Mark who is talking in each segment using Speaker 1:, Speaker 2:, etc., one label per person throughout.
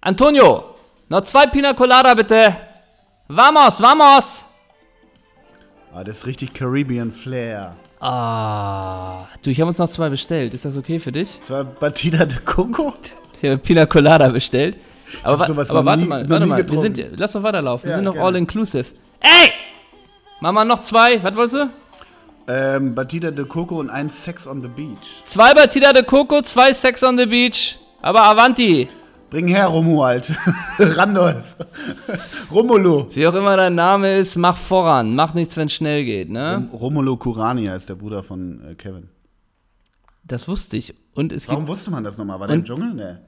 Speaker 1: Antonio, noch zwei Pina Colada bitte. Vamos, vamos.
Speaker 2: Ah, das ist richtig Caribbean Flair.
Speaker 1: Ah, du, ich habe uns noch zwei bestellt. Ist das okay für dich?
Speaker 2: Zwei Batida de Coco?
Speaker 1: Ich habe Pina Colada bestellt. Aber, wa-
Speaker 2: sowas
Speaker 1: aber
Speaker 2: noch
Speaker 1: warte
Speaker 2: nie-
Speaker 1: mal,
Speaker 2: noch
Speaker 1: warte
Speaker 2: nie
Speaker 1: mal. Wir
Speaker 2: getrunken.
Speaker 1: sind, lass doch weiterlaufen.
Speaker 2: Ja,
Speaker 1: Wir sind noch
Speaker 2: gerne.
Speaker 1: all inclusive. Ey! Mama, noch zwei. Was wolltest du?
Speaker 2: Ähm, Batida de Coco und ein Sex on the Beach.
Speaker 1: Zwei Batida de Coco, zwei Sex on the Beach. Aber Avanti,
Speaker 2: Bring her, Romuald. Randolph. Romulo.
Speaker 1: wie auch immer dein Name ist, mach voran. Mach nichts, wenn es schnell geht, ne?
Speaker 2: Rom- Romulo Kurania ist der Bruder von äh, Kevin.
Speaker 1: Das wusste ich. Und es gibt.
Speaker 2: Warum wusste man das nochmal? War der im
Speaker 1: Und-
Speaker 2: Dschungel? Nee.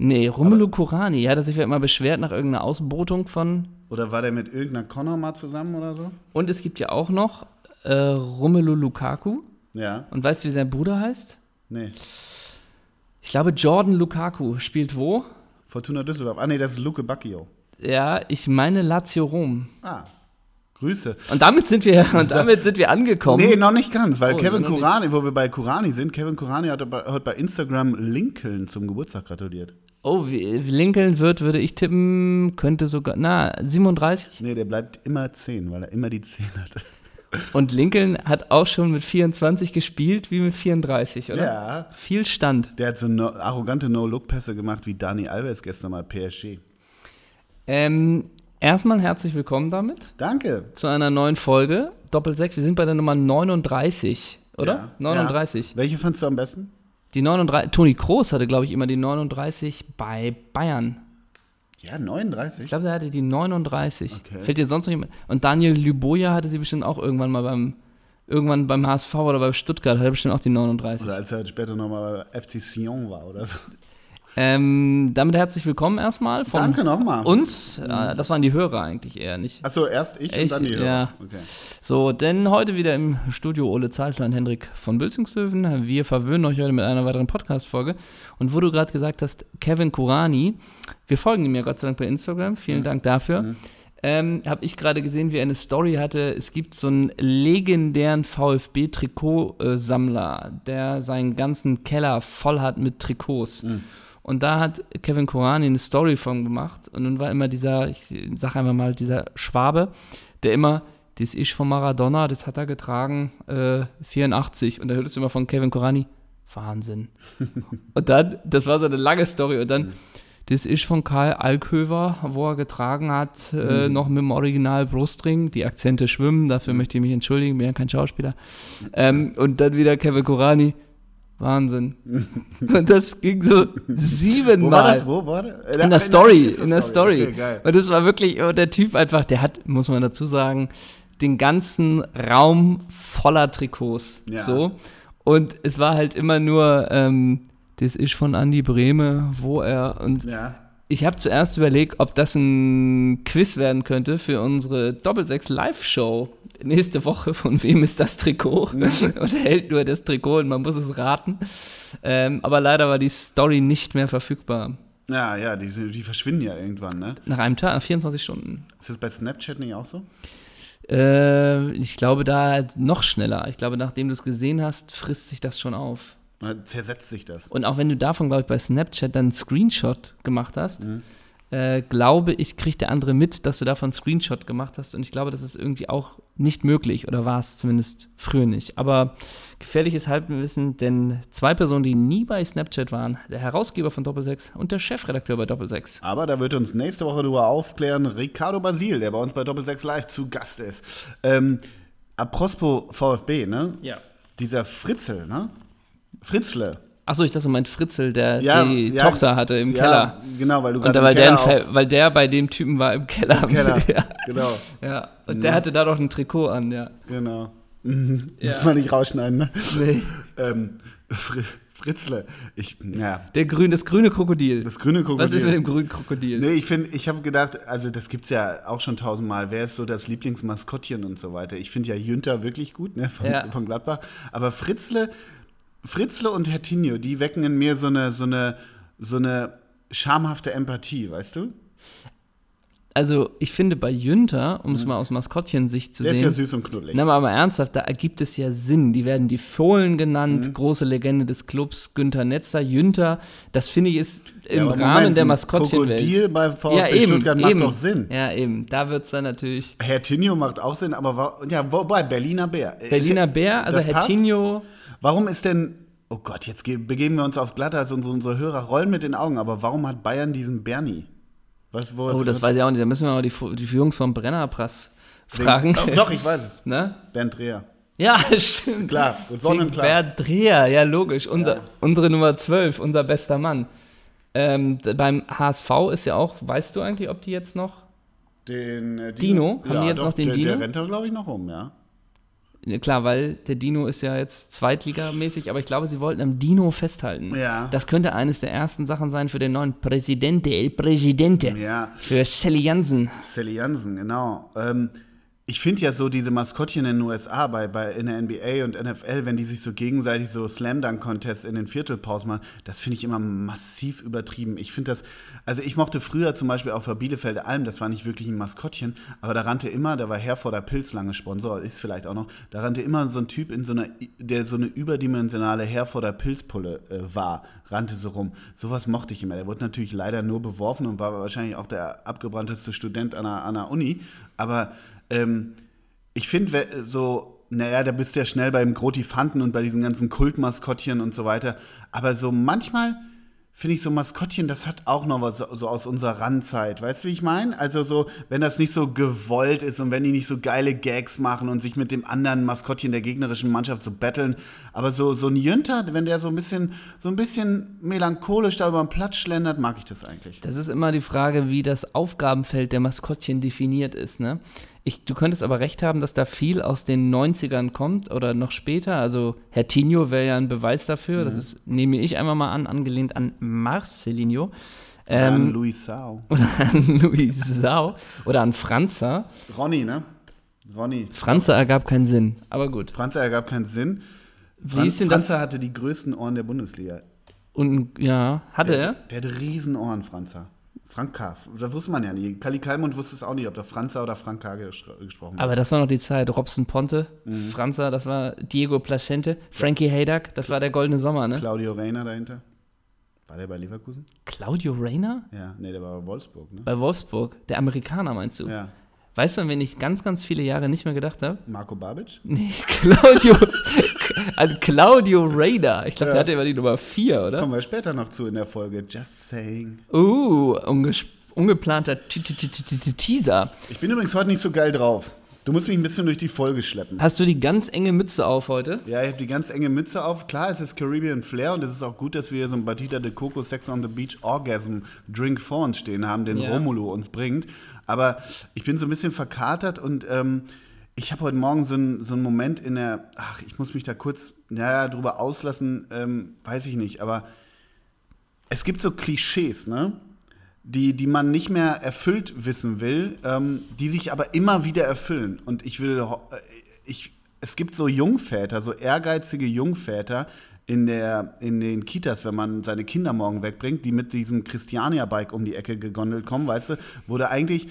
Speaker 1: Nee, Romelu Kurani. Ja, dass ich immer beschwert nach irgendeiner Ausbotung von.
Speaker 2: Oder war der mit irgendeiner Connor mal zusammen oder so?
Speaker 1: Und es gibt ja auch noch äh, Romelu Lukaku.
Speaker 2: Ja.
Speaker 1: Und weißt du, wie sein Bruder heißt?
Speaker 2: Nee.
Speaker 1: Ich glaube, Jordan Lukaku spielt wo?
Speaker 2: Fortuna Düsseldorf. Ah, nee, das ist Luke Bacchio.
Speaker 1: Ja, ich meine Lazio Rom.
Speaker 2: Ah. Grüße.
Speaker 1: Und damit sind wir, und damit sind wir angekommen.
Speaker 2: Nee, noch nicht ganz, weil
Speaker 1: Oh,
Speaker 2: Kevin
Speaker 1: noch nicht.
Speaker 2: Kurani, wo wir bei Kurani sind, Kevin Kurani hat bei, hat bei Instagram Lincoln zum Geburtstag gratuliert.
Speaker 1: Oh, wie wie Lincoln wird, würde ich tippen, könnte sogar, na, 37.
Speaker 2: Nee, der bleibt immer 10, weil er immer die 10 hat.
Speaker 1: Und Lincoln hat auch schon mit 24 gespielt, wie mit 34, oder?
Speaker 2: Ja.
Speaker 1: Viel Stand.
Speaker 2: Der hat so no, arrogante No-Look-Pässe gemacht wie Dani Alves gestern mal PSG.
Speaker 1: Ähm, erstmal herzlich willkommen damit
Speaker 2: Danke.
Speaker 1: zu einer neuen Folge. Doppel 6, wir sind bei der Nummer 39, oder?
Speaker 2: Ja.
Speaker 1: 39.
Speaker 2: Ja. Welche fandst du am besten?
Speaker 1: Die 39, Toni Kroos hatte, glaube ich, immer die 39 bei Bayern.
Speaker 2: Ja,
Speaker 1: Ich
Speaker 2: 39.
Speaker 1: glaube, der hatte die 39.
Speaker 2: Okay.
Speaker 1: Fällt dir sonst noch jemand? Und Daniel Lyboja hatte sie bestimmt auch irgendwann mal beim irgendwann beim HSV oder bei Stuttgart hat er bestimmt auch die 39.
Speaker 2: Oder als er später nochmal bei FC Sion war oder so.
Speaker 1: Ähm, damit herzlich willkommen erstmal von
Speaker 2: Danke nochmal.
Speaker 1: uns. Äh, das waren die Hörer eigentlich eher, nicht?
Speaker 2: Achso, erst ich,
Speaker 1: Ich,
Speaker 2: und dann die Hörer.
Speaker 1: ja.
Speaker 2: Okay.
Speaker 1: So, denn heute wieder im Studio Ole Zeisler und Hendrik von Bülzingslöwen. Wir verwöhnen euch heute mit einer weiteren Podcast-Folge. Und wo du gerade gesagt hast, Kevin Kurani, wir folgen ihm ja Gott sei Dank bei Instagram, vielen Dank dafür. Ähm, Habe ich gerade gesehen, wie er eine Story hatte. Es gibt so einen legendären VfB-Trikotsammler, der seinen ganzen Keller voll hat mit Trikots. Und da hat Kevin Korani eine Story von gemacht. Und nun war immer dieser, ich sag einfach mal, dieser Schwabe, der immer, das ist von Maradona, das hat er getragen, äh, 84. Und da hörtest du immer von Kevin Korani, Wahnsinn. und dann, das war so eine lange Story. Und dann, das ist von Karl Alköver, wo er getragen hat, äh, noch mit dem Original Brustring. Die Akzente schwimmen, dafür möchte ich mich entschuldigen, bin ja kein Schauspieler. Ähm, und dann wieder Kevin Korani, Wahnsinn. Und das ging so
Speaker 2: Wo
Speaker 1: siebenmal.
Speaker 2: war das? Wo war der? Äh,
Speaker 1: In der
Speaker 2: ah,
Speaker 1: Story,
Speaker 2: Insta-
Speaker 1: in der Story.
Speaker 2: Okay, geil.
Speaker 1: und das war wirklich, oh, der Typ einfach, der hat, muss man dazu sagen, den ganzen Raum voller Trikots.
Speaker 2: Ja.
Speaker 1: So. Und es war halt immer nur, ähm, das ist von Andy Brehme, wo er. Und
Speaker 2: Ja.
Speaker 1: ich habe zuerst überlegt, ob das ein Quiz werden könnte für unsere Doppelsechs Live-Show. Nächste Woche, von wem ist das Trikot? und er hält nur das Trikot und man muss es raten. Ähm, aber leider war die Story nicht mehr verfügbar.
Speaker 2: Ja, ja, die, sind, die verschwinden ja irgendwann, ne?
Speaker 1: Nach einem Tag, nach 24 Stunden.
Speaker 2: Ist das bei Snapchat nicht auch so?
Speaker 1: Äh, ich glaube, da noch schneller. Ich glaube, nachdem du es gesehen hast, frisst sich das schon auf.
Speaker 2: Oder zersetzt sich das?
Speaker 1: Und auch wenn du davon, glaube ich, bei Snapchat dann einen Screenshot gemacht hast,
Speaker 2: Mhm.
Speaker 1: äh, glaube ich, kriegt der andere mit, dass du davon einen Screenshot gemacht hast. Und ich glaube, das ist irgendwie auch nicht möglich oder war es zumindest früher nicht. Aber gefährliches Halbwissen, denn zwei Personen, die nie bei Snapchat waren, der Herausgeber von Doppelsechs und der Chefredakteur bei Doppelsechs.
Speaker 2: Aber da wird uns nächste Woche darüber aufklären Ricardo Basil, der bei uns bei Doppelsechs Live zu Gast ist. Ähm, apropos VfB, ne?
Speaker 1: Ja.
Speaker 2: Dieser Fritzel, ne? Fritzle.
Speaker 1: Achso, ich dachte, du meinst Fritzel, der die Tochter hatte im
Speaker 2: ja,
Speaker 1: Keller.
Speaker 2: Genau, weil du
Speaker 1: Und
Speaker 2: gerade
Speaker 1: da, weil, der
Speaker 2: Keller
Speaker 1: ein Fa- weil der bei dem Typen war im Keller.
Speaker 2: auf- Keller.
Speaker 1: ja.
Speaker 2: Genau,
Speaker 1: ja. Und der hatte da doch ein Trikot an, ja.
Speaker 2: genau. Mhm.
Speaker 1: Ja.
Speaker 2: Muss man nicht rausschneiden, ne?
Speaker 1: Nee.
Speaker 2: Ähm, Fri Fritzle. Ich, ja,
Speaker 1: Der grün, das grüne Krokodil.
Speaker 2: das grüne Krokodil.
Speaker 1: Was ist mit dem grünen Krokodil?
Speaker 2: Nee, ich finde, ich habe gedacht, also das gibt's ja auch schon tausendmal. Wer ist so das Lieblingsmaskottchen und so weiter? Ich finde ja Jünter wirklich gut, ne, von,
Speaker 1: Ja.
Speaker 2: von Gladbach. Aber Fritzle, Fritzle und Hertinho, die wecken in mir so eine, so eine, so eine schamhafte Empathie, weißt du?
Speaker 1: also ich finde bei Jünter, um es mal aus Maskottchen-Sicht zu
Speaker 2: Hm. Der ist
Speaker 1: sehen,
Speaker 2: ja süß und knuddelig.
Speaker 1: Na, aber, aber ernsthaft, da ergibt es ja Sinn. Die werden die Fohlen
Speaker 2: Hm.
Speaker 1: genannt, große Legende des Clubs, Günther Netzer, Jünter. Das finde ich ist
Speaker 2: Ja,
Speaker 1: im
Speaker 2: aber
Speaker 1: Rahmen
Speaker 2: Moment,
Speaker 1: der
Speaker 2: ein
Speaker 1: Maskottchenwelt.
Speaker 2: Krokodil bei VfB Stuttgart macht doch Sinn.
Speaker 1: Ja, eben. Da wird es dann natürlich
Speaker 2: Hertinho macht auch Sinn, aber wa- ja, wobei Berliner Bär. Ist-
Speaker 1: Berliner Bär, also
Speaker 2: das passt?
Speaker 1: Hertinho.
Speaker 2: Warum ist denn, oh Gott, jetzt ge- begeben wir uns auf Glatteis und so- unsere Hörer rollen mit den Augen, aber warum hat Bayern diesen Bernie? Was, wo,
Speaker 1: Oh, das weiß ich auch nicht. Da müssen wir mal die, Fu- die Jungs vom Brennerpass fragen.
Speaker 2: Oh, doch, ich weiß es.
Speaker 1: ne?
Speaker 2: Bernd Dreher.
Speaker 1: Ja, stimmt.
Speaker 2: Klar, und sonnenklar.
Speaker 1: Bert Dreher, ja, logisch. Unser, Unsere Nummer 12, unser bester Mann. Ähm, d- beim HSV ist ja auch, weißt du eigentlich, ob die jetzt noch
Speaker 2: Den äh,
Speaker 1: Dino? Haben die jetzt noch den
Speaker 2: der, Der
Speaker 1: Dino?
Speaker 2: rennt da, glaube ich, noch um, ja.
Speaker 1: Ja, Klar, weil der Dino ist ja jetzt Zweitligamäßig, aber ich glaube, sie wollten am Dino festhalten.
Speaker 2: Ja.
Speaker 1: Das könnte eines der ersten Sachen sein für den neuen Presidente, El Presidente.
Speaker 2: Ja,
Speaker 1: Für Shelly Jansen.
Speaker 2: Sally Jansen, genau. Ähm, ich finde ja so diese Maskottchen in den USA, bei, bei, in der NBA und NFL, wenn die sich so gegenseitig so Slam-Dunk-Contests in den Viertelpausen machen, das finde ich immer massiv übertrieben. Ich finde das, also ich mochte früher zum Beispiel auch für Bielefelder Alm, das war nicht wirklich ein Maskottchen, aber da rannte immer, da war Herforder Pilz lange Sponsor, ist vielleicht auch noch, da rannte immer so ein Typ in so einer, der so eine überdimensionale Herforder Pilzpulle äh, war, rannte so rum. Sowas mochte ich immer. Der wurde natürlich leider nur beworfen und war wahrscheinlich auch der abgebrannteste Student an der, an der Uni, aber ähm, ich finde we- so, naja, da bist du ja schnell beim Grotifanten und bei diesen ganzen Kultmaskottchen und so weiter. Aber so manchmal finde ich so Maskottchen, das hat auch noch was so aus unserer Randzeit. Weißt du, wie ich meine? Also so, wenn das nicht so gewollt ist und wenn die nicht so geile Gags machen und sich mit dem anderen Maskottchen der gegnerischen Mannschaft so betteln. Aber so, so ein Jünter, wenn der so ein bisschen, so ein bisschen melancholisch da über den Platz schlendert, mag ich das eigentlich.
Speaker 1: Das ist immer die Frage, wie das Aufgabenfeld der Maskottchen definiert ist. Ne? Ich, du könntest aber recht haben, dass da viel aus den 90ern kommt oder noch später. Also Hertinho wäre ja ein Beweis dafür. Das ist, nehme ich einmal mal an, angelehnt an Marcelinho.
Speaker 2: Oder
Speaker 1: Ähm,
Speaker 2: an Luis Sao.
Speaker 1: oder an Luis Sau oder an Franza.
Speaker 2: Ronny, ne? Ronny.
Speaker 1: Franza ergab keinen Sinn, aber gut.
Speaker 2: Franzer ergab keinen Sinn.
Speaker 1: Wie
Speaker 2: Franz,
Speaker 1: ist denn das?
Speaker 2: Franzer hatte die größten Ohren der Bundesliga.
Speaker 1: Und, ja, hatte
Speaker 2: Der,
Speaker 1: er?
Speaker 2: der hatte riesen Ohren, Franzer. Frank K. Da wusste man ja nie. Kali Kalmund wusste es auch nicht, ob da Franzer oder Frank K. gestr- gesprochen hat.
Speaker 1: Aber das war noch die Zeit. Robson Ponte, Franza, das war Diego Placente, Frankie Haydock, das war der goldene Sommer, ne?
Speaker 2: Claudio Reyna dahinter. War der bei Leverkusen?
Speaker 1: Claudio Reyna?
Speaker 2: Ja, nee, der war bei Wolfsburg, ne?
Speaker 1: Bei Wolfsburg, der Amerikaner meinst du?
Speaker 2: Ja.
Speaker 1: Weißt du, an wen ich ganz, ganz viele Jahre nicht mehr gedacht habe?
Speaker 2: Marco Babic?
Speaker 1: Nee, Claudio. an Claudio Reyna. Ich glaube, der hatte immer die Nummer 4, oder?
Speaker 2: Kommen wir später noch zu in der Folge. Just saying.
Speaker 1: Uh, unges- ungeplanter T- T- T- T- T- Teaser.
Speaker 2: Ich bin übrigens heute nicht so geil drauf. Du musst mich ein bisschen durch die Folge schleppen.
Speaker 1: Hast du die ganz enge Mütze auf heute?
Speaker 2: Ja, ich habe die ganz enge Mütze auf. Klar, es ist Caribbean Flair und es ist auch gut, dass wir so ein Batida de Coco Sex on the Beach Orgasm Drink vor uns stehen haben, den
Speaker 1: Ja.
Speaker 2: Romulo uns bringt. Aber ich bin so ein bisschen verkatert und ähm, ich habe heute Morgen so einen so einen Moment in der, ach, ich muss mich da kurz, naja, drüber auslassen, ähm, weiß ich nicht, aber es gibt so Klischees, ne? Die, die man nicht mehr erfüllt wissen will, ähm, die sich aber immer wieder erfüllen. Und ich will, ho- äh, ich, es gibt so Jungväter, so ehrgeizige Jungväter in, der, in den Kitas, wenn man seine Kinder morgen wegbringt, die mit diesem Christiania-Bike um die Ecke gegondelt kommen, weißt du, wurde eigentlich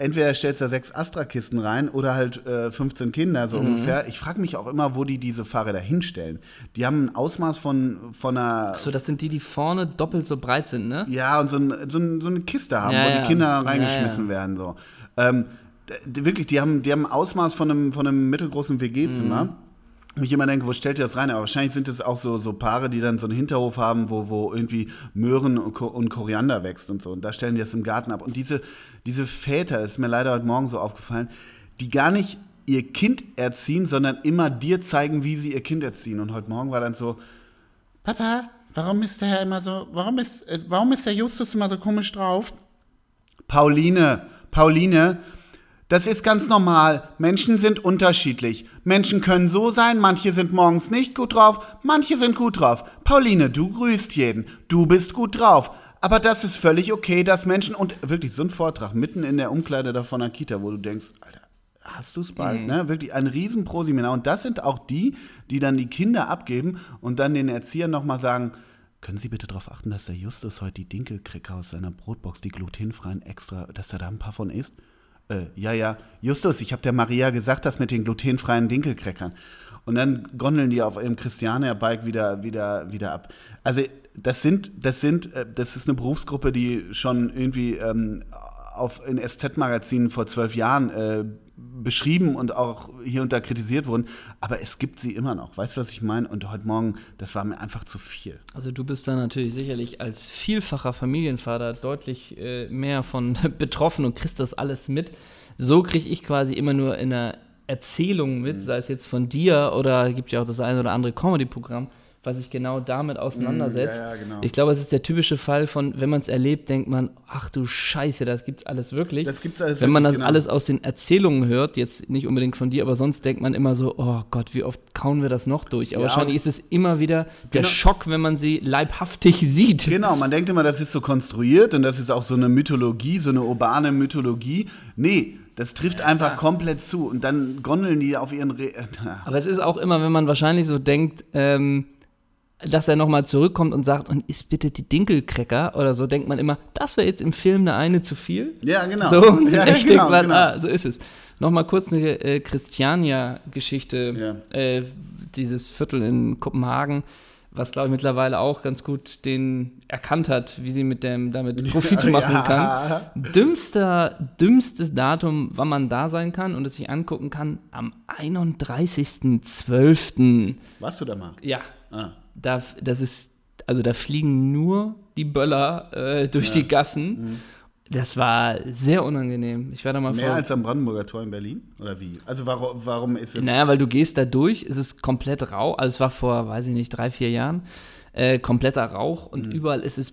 Speaker 2: entweder stellst du da sechs Astra-Kisten rein oder halt äh, 15 Kinder, so ungefähr. Ich frage mich auch immer, wo die diese Fahrräder hinstellen. Die haben ein Ausmaß von, von einer
Speaker 1: So, das sind die, die vorne doppelt so breit sind, ne?
Speaker 2: ja, und so, ein, so, ein, so eine Kiste haben,
Speaker 1: Ja,
Speaker 2: wo
Speaker 1: ja.
Speaker 2: die Kinder
Speaker 1: Ja,
Speaker 2: reingeschmissen werden. So. Ähm, d- d- wirklich, die haben, die haben ein Ausmaß von einem, von einem mittelgroßen WG-Zimmer.
Speaker 1: Mhm.
Speaker 2: Wo ich immer denke, wo stellt ihr das rein? Aber wahrscheinlich sind es auch so, so Paare, die dann so einen Hinterhof haben, wo, wo irgendwie Möhren und Ko- und Koriander wächst und so. Und da stellen die das im Garten ab. Und diese, diese Väter, das ist mir leider heute Morgen so aufgefallen, die gar nicht ihr Kind erziehen, sondern immer dir zeigen, wie sie ihr Kind erziehen. Und heute Morgen war dann so, Papa, warum ist der Herr immer so, warum ist, äh, warum ist der Justus immer so komisch drauf? Pauline, Pauline, das ist ganz normal. Menschen sind unterschiedlich. Menschen können so sein, manche sind morgens nicht gut drauf, manche sind gut drauf. Pauline, du grüßt jeden, du bist gut drauf. Aber das ist völlig okay, dass Menschen und wirklich so ein Vortrag mitten in der Umkleide da von der Kita, wo du denkst, Alter, hast du es bald, ne? Wirklich ein riesen Proseminar. Und das sind auch die, die dann die Kinder abgeben und dann den Erziehern nochmal sagen, Können Sie bitte darauf achten, dass der Justus heute die Dinkelkricker aus seiner Brotbox, die glutenfreien extra, dass er da ein paar von isst? Äh, ja, ja, Justus, ich habe der Maria gesagt, das mit den glutenfreien Dinkelkreckern. Und dann gondeln die auf ihrem Christianer-Bike wieder, wieder, wieder ab. Also das sind, das sind, äh, das ist eine Berufsgruppe, die schon irgendwie ähm, auf, in SZ-Magazinen vor zwölf Jahren äh, beschrieben und auch hier und da kritisiert wurden. Aber es gibt sie immer noch. Weißt du, was ich meine? Und heute Morgen, das war mir einfach zu viel.
Speaker 1: Also du bist da natürlich sicherlich als vielfacher Familienvater deutlich äh, mehr von betroffen und kriegst das alles mit. So kriege ich quasi immer nur in der Erzählung mit, mhm. sei es jetzt von dir oder gibt ja auch das eine oder andere Comedy-Programm, was sich genau damit auseinandersetzt. Mhm, ja, ja, genau. Ich glaube, es ist der typische Fall von, wenn man es erlebt, denkt man, ach du Scheiße, das gibt's alles wirklich.
Speaker 2: Das gibt's alles
Speaker 1: wenn man das
Speaker 2: wirklich, genau.
Speaker 1: alles aus den Erzählungen hört, jetzt nicht unbedingt von dir, aber sonst denkt man immer so, oh Gott, wie oft kauen wir das noch durch? Aber
Speaker 2: Ja.
Speaker 1: wahrscheinlich ist es immer wieder der
Speaker 2: Genau.
Speaker 1: Schock, wenn man sie leibhaftig sieht.
Speaker 2: Genau, man denkt immer, das ist so konstruiert und das ist auch so eine Mythologie, so eine urbane Mythologie. Nee, das trifft einfach komplett zu. Und dann gondeln die auf ihren. Re Ah,
Speaker 1: Aber es ist auch immer, wenn man wahrscheinlich so denkt, ähm, dass er nochmal zurückkommt und sagt, und isst bitte die Dinkelcracker oder so, denkt man immer, das wäre jetzt im Film eine eine zu viel.
Speaker 2: ja, genau.
Speaker 1: So, und
Speaker 2: ja,
Speaker 1: ja, echt denkt man, ah, so ist es. Nochmal kurz eine äh, Christiania-Geschichte, äh, dieses Viertel in Kopenhagen, was, glaube ich, mittlerweile auch ganz gut den erkannt hat, wie sie mit dem damit Profit
Speaker 2: Ja.
Speaker 1: machen kann. Dümmster, dümmstes Datum, wann man da sein kann und es sich angucken kann, am 31.12.
Speaker 2: Warst du da mal?
Speaker 1: Ja,
Speaker 2: Ah.
Speaker 1: da, das ist, also da fliegen nur die Böller äh, durch die Gassen. Das war sehr unangenehm. Ich war da mal
Speaker 2: Mehr
Speaker 1: vor.
Speaker 2: als am Brandenburger Tor in Berlin? Oder wie? Also warum, warum ist es.
Speaker 1: naja, weil du gehst da durch, es ist komplett rau. Also es war vor, weiß ich nicht, drei, vier Jahren. Äh, kompletter Rauch und
Speaker 2: Mhm.
Speaker 1: überall ist es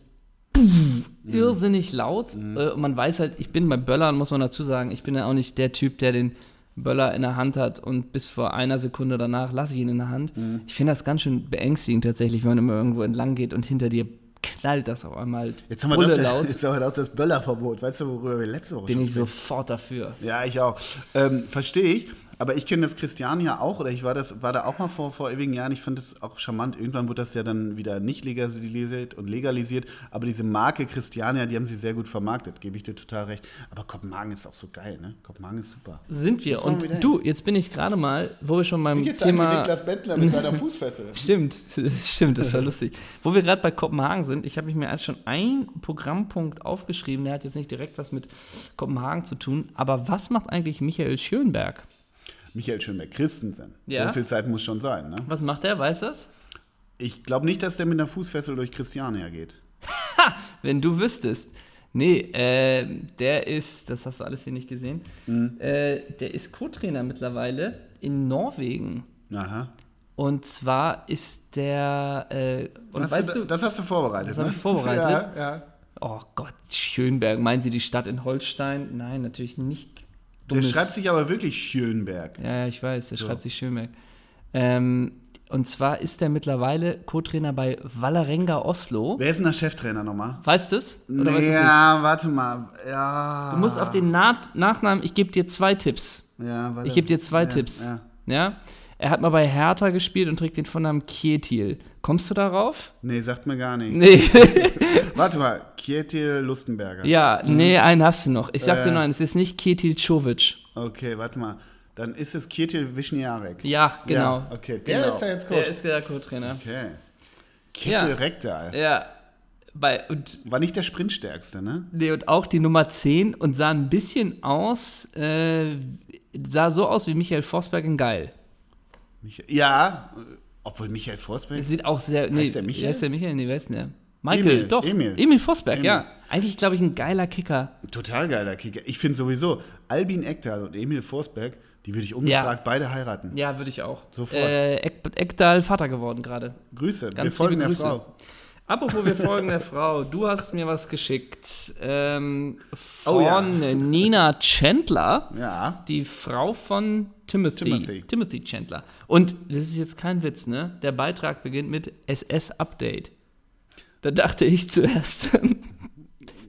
Speaker 1: pff, irrsinnig laut.
Speaker 2: Mhm.
Speaker 1: Äh, und man weiß halt, ich bin bei Böllern, muss man dazu sagen, ich bin ja auch nicht der Typ, der den Böller in der Hand hat und bis vor einer Sekunde danach lasse ich ihn in der Hand.
Speaker 2: Mhm.
Speaker 1: Ich finde das ganz schön beängstigend tatsächlich, wenn man immer irgendwo entlang geht und hinter dir knallt das auf einmal
Speaker 2: Jetzt haben, wir
Speaker 1: Bulle
Speaker 2: doch,
Speaker 1: laut,
Speaker 2: jetzt haben wir doch das Böllerverbot. Weißt du, worüber wir letzte Woche
Speaker 1: bin
Speaker 2: schon
Speaker 1: ich sofort dafür.
Speaker 2: Ja, ich auch. Ähm, Verstehe ich. Aber ich kenne das Christian ja auch, oder ich war, das, war da auch mal vor, vor ewigen Jahren. Ich fand das auch charmant. Irgendwann wurde das ja dann wieder nicht legalisiert und legalisiert. Aber diese Marke Christiania, die haben sie sehr gut vermarktet, gebe ich dir total recht. Aber Kopenhagen ist auch so geil, ne? Kopenhagen ist super.
Speaker 1: Sind wir.
Speaker 2: Jetzt fahren wir
Speaker 1: Und
Speaker 2: wieder hin.
Speaker 1: du, jetzt bin ich gerade mal, wo wir schon beim Thema.
Speaker 2: Bentler mit seiner Fußfessel?
Speaker 1: Stimmt, stimmt, das war lustig. Wo wir gerade bei Kopenhagen sind, ich habe mich mir erst schon einen Programmpunkt aufgeschrieben, der hat jetzt nicht direkt was mit Kopenhagen zu tun, aber was macht eigentlich Michael Schönberg?
Speaker 2: Michael Schönberg Christensen.
Speaker 1: Ja.
Speaker 2: So viel Zeit muss schon sein, ne?
Speaker 1: Was macht er, weiß das?
Speaker 2: Ich glaube nicht, dass der mit einer Fußfessel durch Christiania geht.
Speaker 1: Wenn du wüsstest. Nee, äh, der ist, das hast du alles hier nicht gesehen,
Speaker 2: Mhm.
Speaker 1: äh, der ist Co-Trainer mittlerweile in Norwegen.
Speaker 2: Aha.
Speaker 1: Und zwar ist der, äh, und
Speaker 2: Hast
Speaker 1: weißt
Speaker 2: du,
Speaker 1: du,
Speaker 2: das hast du vorbereitet,
Speaker 1: Das
Speaker 2: ne?
Speaker 1: hab ich vorbereitet.
Speaker 2: Ja, ja.
Speaker 1: oh Gott, Schönberg, meinen Sie die Stadt in Holstein? Nein, natürlich nicht.
Speaker 2: Der
Speaker 1: Dummes-
Speaker 2: schreibt sich aber wirklich Schönberg.
Speaker 1: Ja, ja, ich weiß, der schreibt sich Schönberg. Ähm, und zwar ist er mittlerweile Co-Trainer bei Valerenga Oslo.
Speaker 2: Wer ist denn der Cheftrainer nochmal?
Speaker 1: Weißt du es? Oder weißt du es nicht?
Speaker 2: Ja, warte mal. Ja.
Speaker 1: Du musst auf den Na Nachnamen, ich gebe dir zwei Tipps.
Speaker 2: Ja, warte.
Speaker 1: Ich gebe dir zwei
Speaker 2: ja,
Speaker 1: Tipps. Ja.
Speaker 2: Ja.
Speaker 1: Er hat mal bei Hertha gespielt und trägt den Vornamen Kietil. Kommst du darauf?
Speaker 2: Nee, sagt mir gar nicht.
Speaker 1: Nee.
Speaker 2: Warte mal. Kjetil Lustenberger.
Speaker 1: ja, nee, einen hast du noch. Ich sag dir
Speaker 2: Äh.
Speaker 1: nur einen, es ist nicht Kietil Czovic.
Speaker 2: Okay, warte mal. Dann ist es Kjetil Wischniarek.
Speaker 1: Ja, genau.
Speaker 2: Ja, okay, der
Speaker 1: genau.
Speaker 2: ist da jetzt
Speaker 1: Der
Speaker 2: Coach.
Speaker 1: ist der Co-Trainer.
Speaker 2: Okay. Kjetil
Speaker 1: Ja.
Speaker 2: Rektal.
Speaker 1: Ja. Bei, und
Speaker 2: War nicht der Sprintstärkste, ne?
Speaker 1: Nee, und auch die Nummer 10 und sah ein bisschen aus, äh, sah so aus wie Michael Forsberg in Geil.
Speaker 2: Michael. Ja, äh, obwohl Michael Forsberg.
Speaker 1: Das sieht auch sehr. Nee,
Speaker 2: der Michael?
Speaker 1: Wer ist der Michael? Nee, wer ist denn der? Michael,
Speaker 2: Emil,
Speaker 1: doch.
Speaker 2: Emil.
Speaker 1: Emil Forsberg,
Speaker 2: Emil.
Speaker 1: ja. Eigentlich, glaube ich, ein geiler Kicker.
Speaker 2: Total geiler Kicker. Ich finde sowieso, Albin Ekdal und Emil Forsberg, die würde ich ungefragt beide heiraten.
Speaker 1: Ja, würde ich auch.
Speaker 2: Sofort.
Speaker 1: Äh, Ek Ekdal Vater geworden gerade.
Speaker 2: Grüße, wir
Speaker 1: Ganz
Speaker 2: folgen
Speaker 1: liebe
Speaker 2: der
Speaker 1: Grüße.
Speaker 2: Frau.
Speaker 1: Apropos, wir folgen der Frau. Du hast mir was geschickt. Ähm, von
Speaker 2: Oh ja.
Speaker 1: Nina Chandler.
Speaker 2: Ja.
Speaker 1: Die Frau von Timothy.
Speaker 2: Timothy.
Speaker 1: Timothy. Chandler. Und das ist jetzt kein Witz, ne? Der Beitrag beginnt mit SS-Update. Da dachte ich zuerst.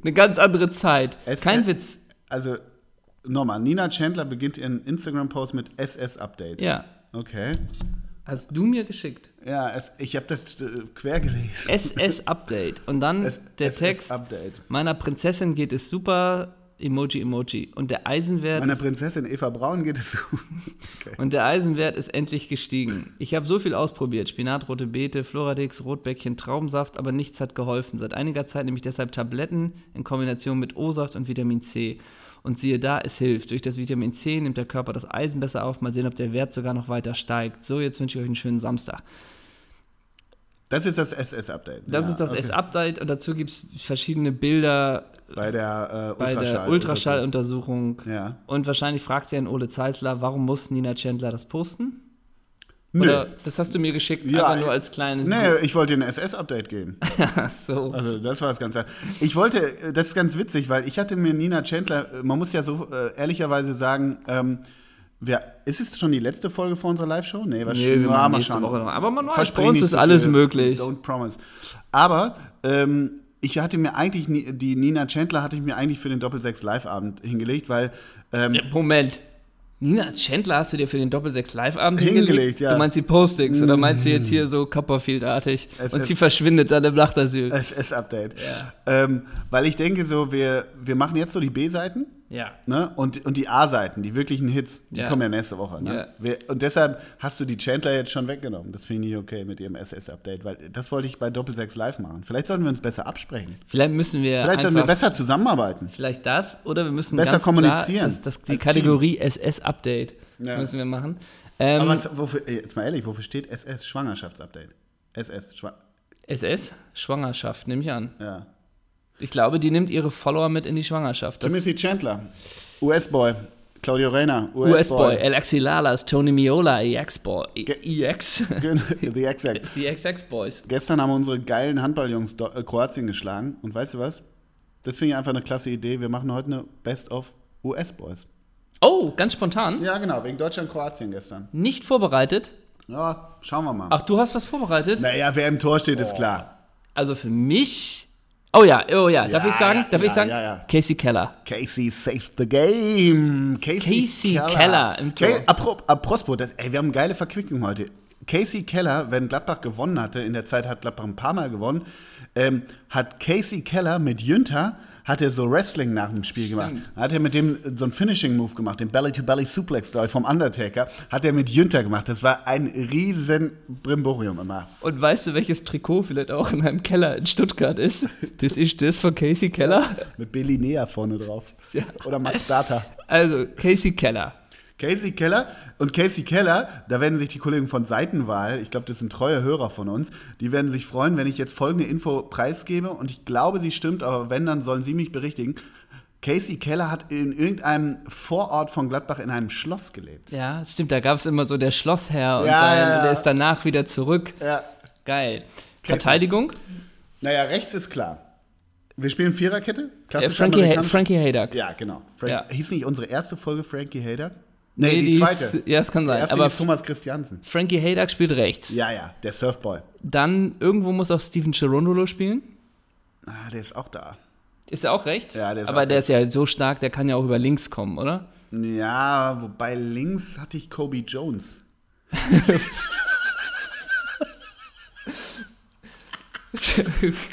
Speaker 1: Eine ganz andere Zeit.
Speaker 2: SS
Speaker 1: kein Witz.
Speaker 2: Also, nochmal, Nina Chandler beginnt ihren Instagram-Post mit SS-Update.
Speaker 1: Ja.
Speaker 2: Okay.
Speaker 1: Hast du mir geschickt.
Speaker 2: Ja, es, ich habe das äh, quer gelesen.
Speaker 1: SS-Update. Und dann
Speaker 2: Es-
Speaker 1: der
Speaker 2: SS
Speaker 1: Text.
Speaker 2: Update.
Speaker 1: Meiner Prinzessin geht es super. Emoji, Emoji. Und der Eisenwert
Speaker 2: Meiner
Speaker 1: ist,
Speaker 2: Prinzessin Eva Braun geht es gut. Okay.
Speaker 1: und der Eisenwert ist endlich gestiegen. Ich habe so viel ausprobiert. Spinat, rote Beete, Floradix, Rotbäckchen, Traubensaft, aber nichts hat geholfen. Seit einiger Zeit nehme ich deshalb Tabletten in Kombination mit O-Saft und Vitamin C. Und siehe da, es hilft. Durch das Vitamin C nimmt der Körper das Eisen besser auf. Mal sehen, ob der Wert sogar noch weiter steigt. So, jetzt wünsche ich euch einen schönen Samstag.
Speaker 2: Das ist das SS-Update.
Speaker 1: Das
Speaker 2: ja,
Speaker 1: ist das
Speaker 2: okay.
Speaker 1: S-Update und dazu gibt es verschiedene Bilder
Speaker 2: Bei der, äh,
Speaker 1: bei der
Speaker 2: Ultraschall-
Speaker 1: Ultraschalluntersuchung.
Speaker 2: Ja.
Speaker 1: Und wahrscheinlich fragt sie an Ole Zeisler, warum muss Nina Chandler das posten?
Speaker 2: Nö.
Speaker 1: Oder das hast du mir geschickt,
Speaker 2: Ja,
Speaker 1: einfach nur als kleines.
Speaker 2: Nee, ich wollte dir ein SS-Update geben.
Speaker 1: Ach so.
Speaker 2: Also das war das Ganze. Ich wollte, äh, das ist ganz witzig, weil ich hatte mir Nina Chandler, äh, man muss ja so äh, ehrlicherweise sagen, ähm, wer, ist es schon die letzte Folge vor unserer Live-Show? Nee, war
Speaker 1: Nö,
Speaker 2: schon-
Speaker 1: wir machen
Speaker 2: ah, mal
Speaker 1: nächste
Speaker 2: schauen.
Speaker 1: Woche noch. Aber man weiß,
Speaker 2: Versprich
Speaker 1: bei uns
Speaker 2: nicht
Speaker 1: ist
Speaker 2: zu
Speaker 1: alles
Speaker 2: viel.
Speaker 1: möglich.
Speaker 2: Don't promise. Aber ähm, ich hatte mir eigentlich, nie- die Nina Chandler hatte ich mir eigentlich für den Doppelsechs Live-Abend hingelegt, weil ähm,
Speaker 1: Moment. Nina Chandler hast du dir für den Doppelsechs Live-Abend
Speaker 2: Hingelegt,
Speaker 1: hingelegt?
Speaker 2: ja. Mm.
Speaker 1: Du meinst die Postings oder meinst du jetzt hier so Copperfield-artig?
Speaker 2: Es
Speaker 1: Und
Speaker 2: ist-
Speaker 1: sie verschwindet dann im Nachtasyl.
Speaker 2: SS-Update. Ähm, weil ich denke so, wir, wir machen jetzt so die B-Seiten.
Speaker 1: ja.
Speaker 2: Ne? Und, und die A-Seiten, die wirklichen Hits, die
Speaker 1: Ja.
Speaker 2: kommen ja nächste Woche. Ne?
Speaker 1: Ja.
Speaker 2: Wir, und deshalb hast du die Chandler jetzt schon weggenommen. Das finde ich nicht okay mit ihrem SS-Update, weil das wollte ich bei Doppelsechs live machen. Vielleicht sollten wir uns besser absprechen.
Speaker 1: Vielleicht müssen wir.
Speaker 2: Vielleicht sollten wir
Speaker 1: einfach
Speaker 2: besser zusammenarbeiten.
Speaker 1: Vielleicht das oder wir müssen
Speaker 2: Besser
Speaker 1: ganz
Speaker 2: kommunizieren
Speaker 1: klar das, das, die
Speaker 2: als
Speaker 1: Kategorie SS-Update
Speaker 2: Ja.
Speaker 1: müssen wir machen. Ähm,
Speaker 2: Aber was, wofür, ey, jetzt mal ehrlich, wofür steht SS? Schwangerschaftsupdate. SS, Schwa
Speaker 1: SS? Schwangerschaft, nehme ich an.
Speaker 2: ja.
Speaker 1: Ich glaube, die nimmt ihre Follower mit in die Schwangerschaft. Das-
Speaker 2: Timothy Chandler, US-Boy. Claudio Reyna,
Speaker 1: US-Boy,
Speaker 2: US-Boy.
Speaker 1: Alexi Lalas, Tony Miola, EX-Boy, E- EX,
Speaker 2: Genau, The Exact.
Speaker 1: die XX-Boys.
Speaker 2: Gestern haben unsere geilen Handballjungs Do- äh, Kroatien geschlagen. Und weißt du was? Das finde ich einfach eine klasse Idee. Wir machen heute eine Best of US-Boys.
Speaker 1: Oh, ganz spontan,
Speaker 2: Ja, genau, wegen Deutschland-Kroatien gestern.
Speaker 1: nicht vorbereitet.
Speaker 2: Ja, schauen wir mal.
Speaker 1: Ach, du hast was vorbereitet?
Speaker 2: Naja, wer im Tor steht, ist klar.
Speaker 1: Also für mich, oh ja, oh ja, darf
Speaker 2: Ja,
Speaker 1: ich sagen,
Speaker 2: ja,
Speaker 1: darf ich
Speaker 2: ja,
Speaker 1: sagen,
Speaker 2: ja, ja.
Speaker 1: Casey Keller.
Speaker 2: Casey saves the game. Casey,
Speaker 1: Casey Keller im Tor.
Speaker 2: Ca- apro- apropos, das, ey, wir haben geile Verquickung heute. Casey Keller, wenn Gladbach gewonnen hatte, in der Zeit hat Gladbach ein paar Mal gewonnen, ähm, hat Casey Keller mit Jünter, hat er so Wrestling nach dem Spiel gemacht. Hat er mit dem so einen Finishing-Move gemacht, den Belly-to-Belly-Suplex, glaube ich, vom Undertaker, hat er mit Jünter gemacht. Das war ein riesen Brimborium immer.
Speaker 1: Und weißt du, welches Trikot vielleicht auch in einem Keller in Stuttgart ist? Das ist das von Casey Keller.
Speaker 2: Mit Billy Nea vorne drauf.
Speaker 1: Ja.
Speaker 2: Oder Max Data.
Speaker 1: Also, Casey Keller.
Speaker 2: Casey Keller und Casey Keller, da werden sich die Kollegen von Seitenwahl, ich glaube, das sind treue Hörer von uns, die werden sich freuen, wenn ich jetzt folgende Info preisgebe und ich glaube, sie stimmt, aber wenn, dann sollen sie mich berichtigen. Casey Keller hat in irgendeinem Vorort von Gladbach in einem Schloss gelebt.
Speaker 1: Ja, stimmt, da gab es immer so der Schlossherr und,
Speaker 2: Ja,
Speaker 1: sein,
Speaker 2: ja, ja.
Speaker 1: und der ist danach wieder zurück.
Speaker 2: Ja.
Speaker 1: Geil. Verteidigung?
Speaker 2: Naja, rechts ist klar. Wir spielen Viererkette.
Speaker 1: Äh,
Speaker 2: Klassisch
Speaker 1: Frankie, ha
Speaker 2: amerikanisch.
Speaker 1: Frankie Haydock.
Speaker 2: Ja, genau. Frank
Speaker 1: Ja.
Speaker 2: Hieß nicht unsere erste Folge Frankie Hader? Nee, die,
Speaker 1: hieß-
Speaker 2: zweite.
Speaker 1: ja, es kann
Speaker 2: Die
Speaker 1: sein.
Speaker 2: erste
Speaker 1: Aber
Speaker 2: hieß Thomas Christiansen.
Speaker 1: Frankie Haydock spielt rechts.
Speaker 2: Ja, ja, der Surfboy.
Speaker 1: Dann irgendwo muss auch Steven Cherundolo spielen.
Speaker 2: Ah, der ist auch da.
Speaker 1: Ist er auch rechts?
Speaker 2: Ja, der ist
Speaker 1: Aber
Speaker 2: auch
Speaker 1: der ist ja so stark, der kann ja auch über links kommen, oder?
Speaker 2: Ja, wobei links hatte ich Kobe Jones.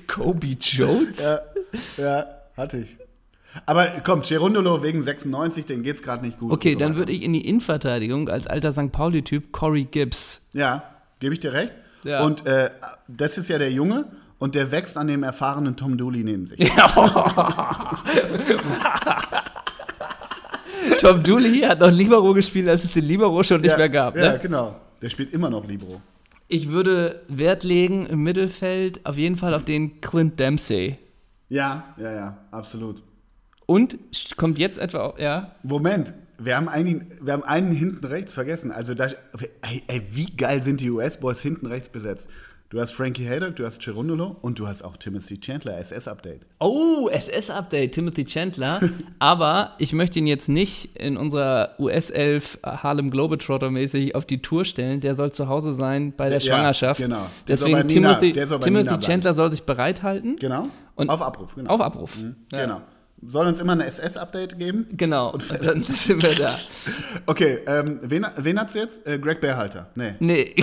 Speaker 1: Kobe Jones?
Speaker 2: Ja, ja hatte ich. Aber komm, Gerundolo wegen 96, den geht's gerade nicht gut.
Speaker 1: Okay,
Speaker 2: und so
Speaker 1: dann
Speaker 2: weiter.
Speaker 1: würde ich in die Innenverteidigung als alter St. Pauli-Typ Corey Gibbs.
Speaker 2: Ja, gebe ich dir recht.
Speaker 1: Ja.
Speaker 2: Und äh, das ist ja der Junge und der wächst an dem erfahrenen Tom Dooley neben sich.
Speaker 1: Tom Dooley hat noch Libero gespielt, als es den Libero schon nicht
Speaker 2: ja,
Speaker 1: mehr gab.
Speaker 2: Ja,
Speaker 1: Ne?
Speaker 2: genau. Der spielt immer noch Libro.
Speaker 1: Ich würde Wert legen im Mittelfeld auf jeden Fall auf den Clint Dempsey.
Speaker 2: Ja, ja, ja, absolut.
Speaker 1: Und kommt jetzt etwa auch, ja,
Speaker 2: Moment, wir haben einen, wir haben einen hinten rechts vergessen. Also da, ey, ey, wie geil sind die US-Boys hinten rechts besetzt? Du hast Frankie Haydock, du hast Gerundolo und du hast auch Timothy Chandler, SS-Update.
Speaker 1: Oh, SS-Update, Timothy Chandler. Aber ich möchte ihn jetzt nicht in unserer US-11 Harlem Globetrotter-mäßig auf die Tour stellen. Der soll zu Hause sein bei der
Speaker 2: Ja,
Speaker 1: Schwangerschaft.
Speaker 2: genau. Der soll bei
Speaker 1: Deswegen,
Speaker 2: Nina-
Speaker 1: Timothy,
Speaker 2: der soll bei Nina
Speaker 1: Timothy
Speaker 2: bleiben.
Speaker 1: Chandler soll sich bereithalten.
Speaker 2: Genau.
Speaker 1: Und-
Speaker 2: auf Abruf, genau.
Speaker 1: Auf Abruf. Ja.
Speaker 2: Genau. soll uns immer ein SS-Update geben.
Speaker 1: Genau, und dann sind wir da.
Speaker 2: Okay, ähm, wen, wen hat's jetzt? Äh, Greg Bärhalter. Nee.
Speaker 1: Nee.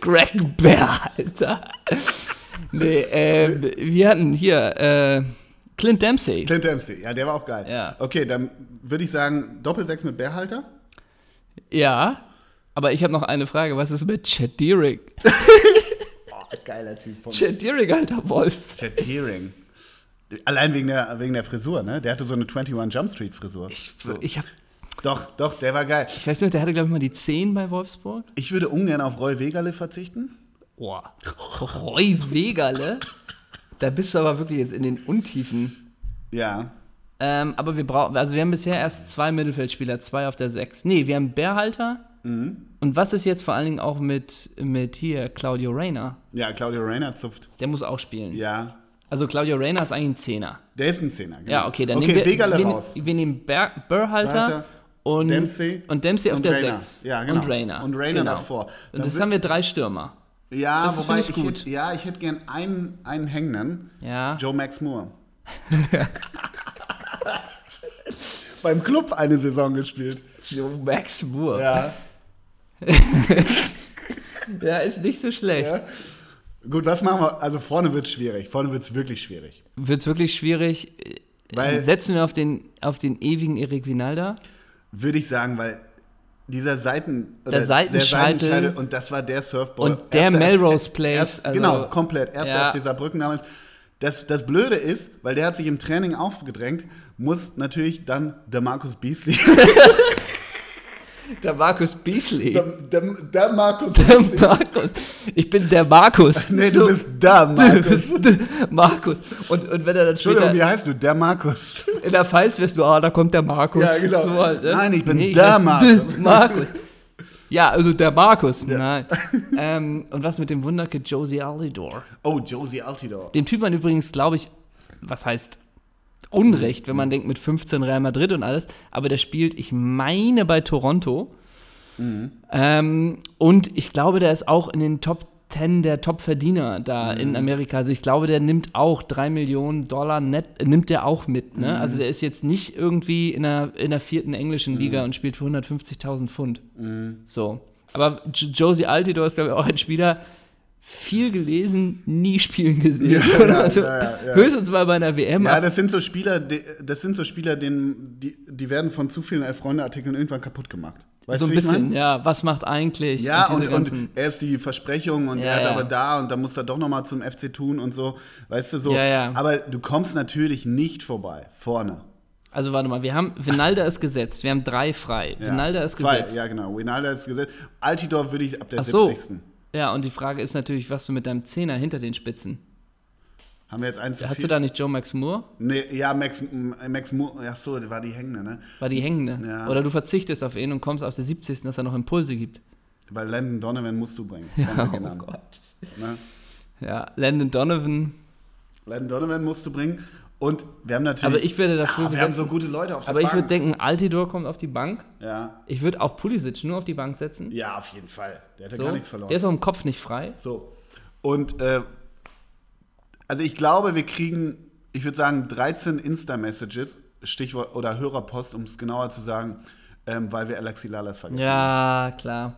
Speaker 1: Greg Bear, Alter. Nee, ähm, wir hatten hier äh, Clint Dempsey.
Speaker 2: Clint Dempsey. Ja, der war auch geil.
Speaker 1: Ja.
Speaker 2: Okay, dann würde ich sagen, Doppelsechs mit Bärhalter.
Speaker 1: Ja, aber ich habe noch eine Frage. Was ist mit Chad Deering?
Speaker 2: Oh, geiler Typ von
Speaker 1: Chad Deering, alter Wolf.
Speaker 2: Chad Hearing. Allein wegen der, wegen der Frisur, ne? Der hatte so eine 21 Jump Street Frisur.
Speaker 1: Ich,
Speaker 2: so.
Speaker 1: ich, hab,
Speaker 2: Doch, doch, der war geil.
Speaker 1: ich weiß nicht, der hatte, glaube ich, mal die 10 bei Wolfsburg.
Speaker 2: Ich würde ungern auf Roy Wegerle verzichten.
Speaker 1: Boah. Roy Wegerle? Da bist du aber wirklich jetzt in den Untiefen.
Speaker 2: Ja.
Speaker 1: Ähm, aber wir brauchen, also wir haben bisher erst zwei Mittelfeldspieler, zwei auf der Sechs. Nee, wir haben Bärhalter.
Speaker 2: Mhm.
Speaker 1: Und was ist jetzt vor allen Dingen auch mit, mit hier Claudio Reyna?
Speaker 2: Ja, Claudio Reyna zupft.
Speaker 1: Der muss auch spielen.
Speaker 2: Ja.
Speaker 1: Also Claudio Reyna ist eigentlich ein Zehner.
Speaker 2: Der ist ein Zehner, genau.
Speaker 1: Ja, okay, dann
Speaker 2: okay,
Speaker 1: nehmen wir,
Speaker 2: Wegerle
Speaker 1: wir,
Speaker 2: raus.
Speaker 1: wir nehmen Ber Berhalter
Speaker 2: Berhalter,
Speaker 1: und
Speaker 2: Dempsey
Speaker 1: und Dempsey auf
Speaker 2: und
Speaker 1: der
Speaker 2: Reyna.
Speaker 1: 6.
Speaker 2: Ja, genau.
Speaker 1: Und Reyna.
Speaker 2: Und Reyna
Speaker 1: genau.
Speaker 2: nach vor.
Speaker 1: Und
Speaker 2: Dann
Speaker 1: das
Speaker 2: wird-
Speaker 1: haben wir drei Stürmer.
Speaker 2: Ja,
Speaker 1: Das
Speaker 2: wobei
Speaker 1: find
Speaker 2: ich,
Speaker 1: ich gut.
Speaker 2: Hätte, ja, ich hätte gern einen, einen Hängenden.
Speaker 1: Ja.
Speaker 2: Joe Max Moore. Beim Club eine Saison gespielt.
Speaker 1: Joe Max Moore. Ja.
Speaker 2: Ja.
Speaker 1: Der ist nicht so schlecht.
Speaker 2: ja. Gut, was machen wir? Also vorne wird es schwierig. Vorne wird es wirklich schwierig.
Speaker 1: Wird wirklich schwierig.
Speaker 2: Weil-
Speaker 1: Setzen wir auf den, auf den ewigen Erik Vinalda.
Speaker 2: Würde ich sagen, weil dieser Seiten oder
Speaker 1: Seitenscheitel.
Speaker 2: und das war der Surfboard
Speaker 1: Und der
Speaker 2: Erster-
Speaker 1: Melrose Place,
Speaker 2: erst,
Speaker 1: also-
Speaker 2: genau komplett erster
Speaker 1: Ja.
Speaker 2: auf dieser Brücken damals das, das Blöde ist weil der hat sich im Training aufgedrängt muss natürlich dann der Markus Beasley
Speaker 1: also Der Markus Beasley.
Speaker 2: der,
Speaker 1: Der,
Speaker 2: der, der Markus
Speaker 1: Markus. Ich bin der Markus.
Speaker 2: nee
Speaker 1: So.
Speaker 2: du bist da Markus
Speaker 1: Du bist Markus. Und, und wenn er dann
Speaker 2: Entschuldigung wie
Speaker 1: später
Speaker 2: heißt du der Markus
Speaker 1: in der Pfalz wirst du, ah, da kommt der Markus.
Speaker 2: Ja, genau.
Speaker 1: halt, ne?
Speaker 2: Nein, ich bin der
Speaker 1: heiß
Speaker 2: Markus.
Speaker 1: D- Markus. Ja, also der Markus. Nein. Ähm, und was mit dem Wunderkid Josie Alidor?
Speaker 2: oh Josie Altidor
Speaker 1: Dem Typ man übrigens, glaube ich, was heißt Unrecht, wenn
Speaker 2: Mhm.
Speaker 1: man denkt mit 15 Real Madrid und alles, aber der spielt, ich meine, bei Toronto.
Speaker 2: Mhm.
Speaker 1: Ähm, und ich glaube, der ist auch in den Top 10 der Top-Verdiener da
Speaker 2: Mhm.
Speaker 1: in Amerika. Also ich glaube, der nimmt auch 3 Millionen Dollar net, äh, nimmt der auch mit. Ne? Also
Speaker 2: Mhm.
Speaker 1: der ist jetzt nicht irgendwie in der, in der vierten englischen Liga und spielt für 150.000 Pfund.
Speaker 2: Mhm.
Speaker 1: So. Aber J Josie Altidor ist, glaube ich, auch ein Spieler, viel gelesen, nie spielen gesehen.
Speaker 2: Ja, ja,
Speaker 1: also,
Speaker 2: ja, ja, ja.
Speaker 1: Höchstens mal bei einer WM.
Speaker 2: ja,
Speaker 1: aber-
Speaker 2: das sind so Spieler, die, das sind so Spieler, denen, die, die werden von zu vielen Freunde-Artikeln irgendwann kaputt gemacht. Weißt
Speaker 1: so ein
Speaker 2: du, wie ich
Speaker 1: bisschen,
Speaker 2: meine?
Speaker 1: ja. Was macht eigentlich?
Speaker 2: Ja,
Speaker 1: diese
Speaker 2: und, und
Speaker 1: ganzen-
Speaker 2: er ist die Versprechung und
Speaker 1: Ja,
Speaker 2: er hat
Speaker 1: ja.
Speaker 2: aber da und da muss er doch nochmal zum FC tun und so. Weißt du, so.
Speaker 1: Ja, ja.
Speaker 2: Aber du kommst natürlich nicht vorbei, vorne.
Speaker 1: also warte mal, wir haben, Vinalda ist gesetzt, wir haben drei frei.
Speaker 2: Ja.
Speaker 1: Vinalda ist
Speaker 2: Zwei,
Speaker 1: gesetzt.
Speaker 2: Ja, genau. Winalda ist gesetzt. Altidor würde ich ab der
Speaker 1: Ach so.
Speaker 2: 70.
Speaker 1: Ja, und die Frage ist natürlich, was du mit deinem Zehner hinter den Spitzen.
Speaker 2: Haben wir jetzt eins zu
Speaker 1: Hast
Speaker 2: viel?
Speaker 1: du da nicht Joe Max Moore?
Speaker 2: nee, ja, Max, Max Moore, ach so, der war die Hängende, ne?
Speaker 1: War die hängende.
Speaker 2: Ja.
Speaker 1: Oder du verzichtest auf ihn und kommst auf der 70. dass er noch Impulse gibt.
Speaker 2: Weil Landon Donovan musst du bringen.
Speaker 1: Ja,
Speaker 2: Haben wir
Speaker 1: oh
Speaker 2: genannt,
Speaker 1: Gott.
Speaker 2: Ne?
Speaker 1: Ja, Landon Donovan.
Speaker 2: Landon Donovan musst du bringen. Und wir haben natürlich.
Speaker 1: Aber ich würde da früh
Speaker 2: Ah, wir haben so
Speaker 1: besetzen.
Speaker 2: gute Leute auf der
Speaker 1: Aber ich würde
Speaker 2: Bank.
Speaker 1: denken, Altidor kommt auf die Bank.
Speaker 2: ja.
Speaker 1: Ich würde auch Pulisic nur auf die Bank setzen.
Speaker 2: ja, auf jeden Fall. Der hat ja
Speaker 1: So.
Speaker 2: gar nichts verloren.
Speaker 1: Der ist auch im Kopf nicht frei.
Speaker 2: So. Und äh, also ich glaube, wir kriegen, ich würde sagen, 13 Insta-Messages, Stichwort oder Hörerpost, um es genauer zu sagen, ähm, weil wir Alexi Lalas vergessen.
Speaker 1: Ja, klar.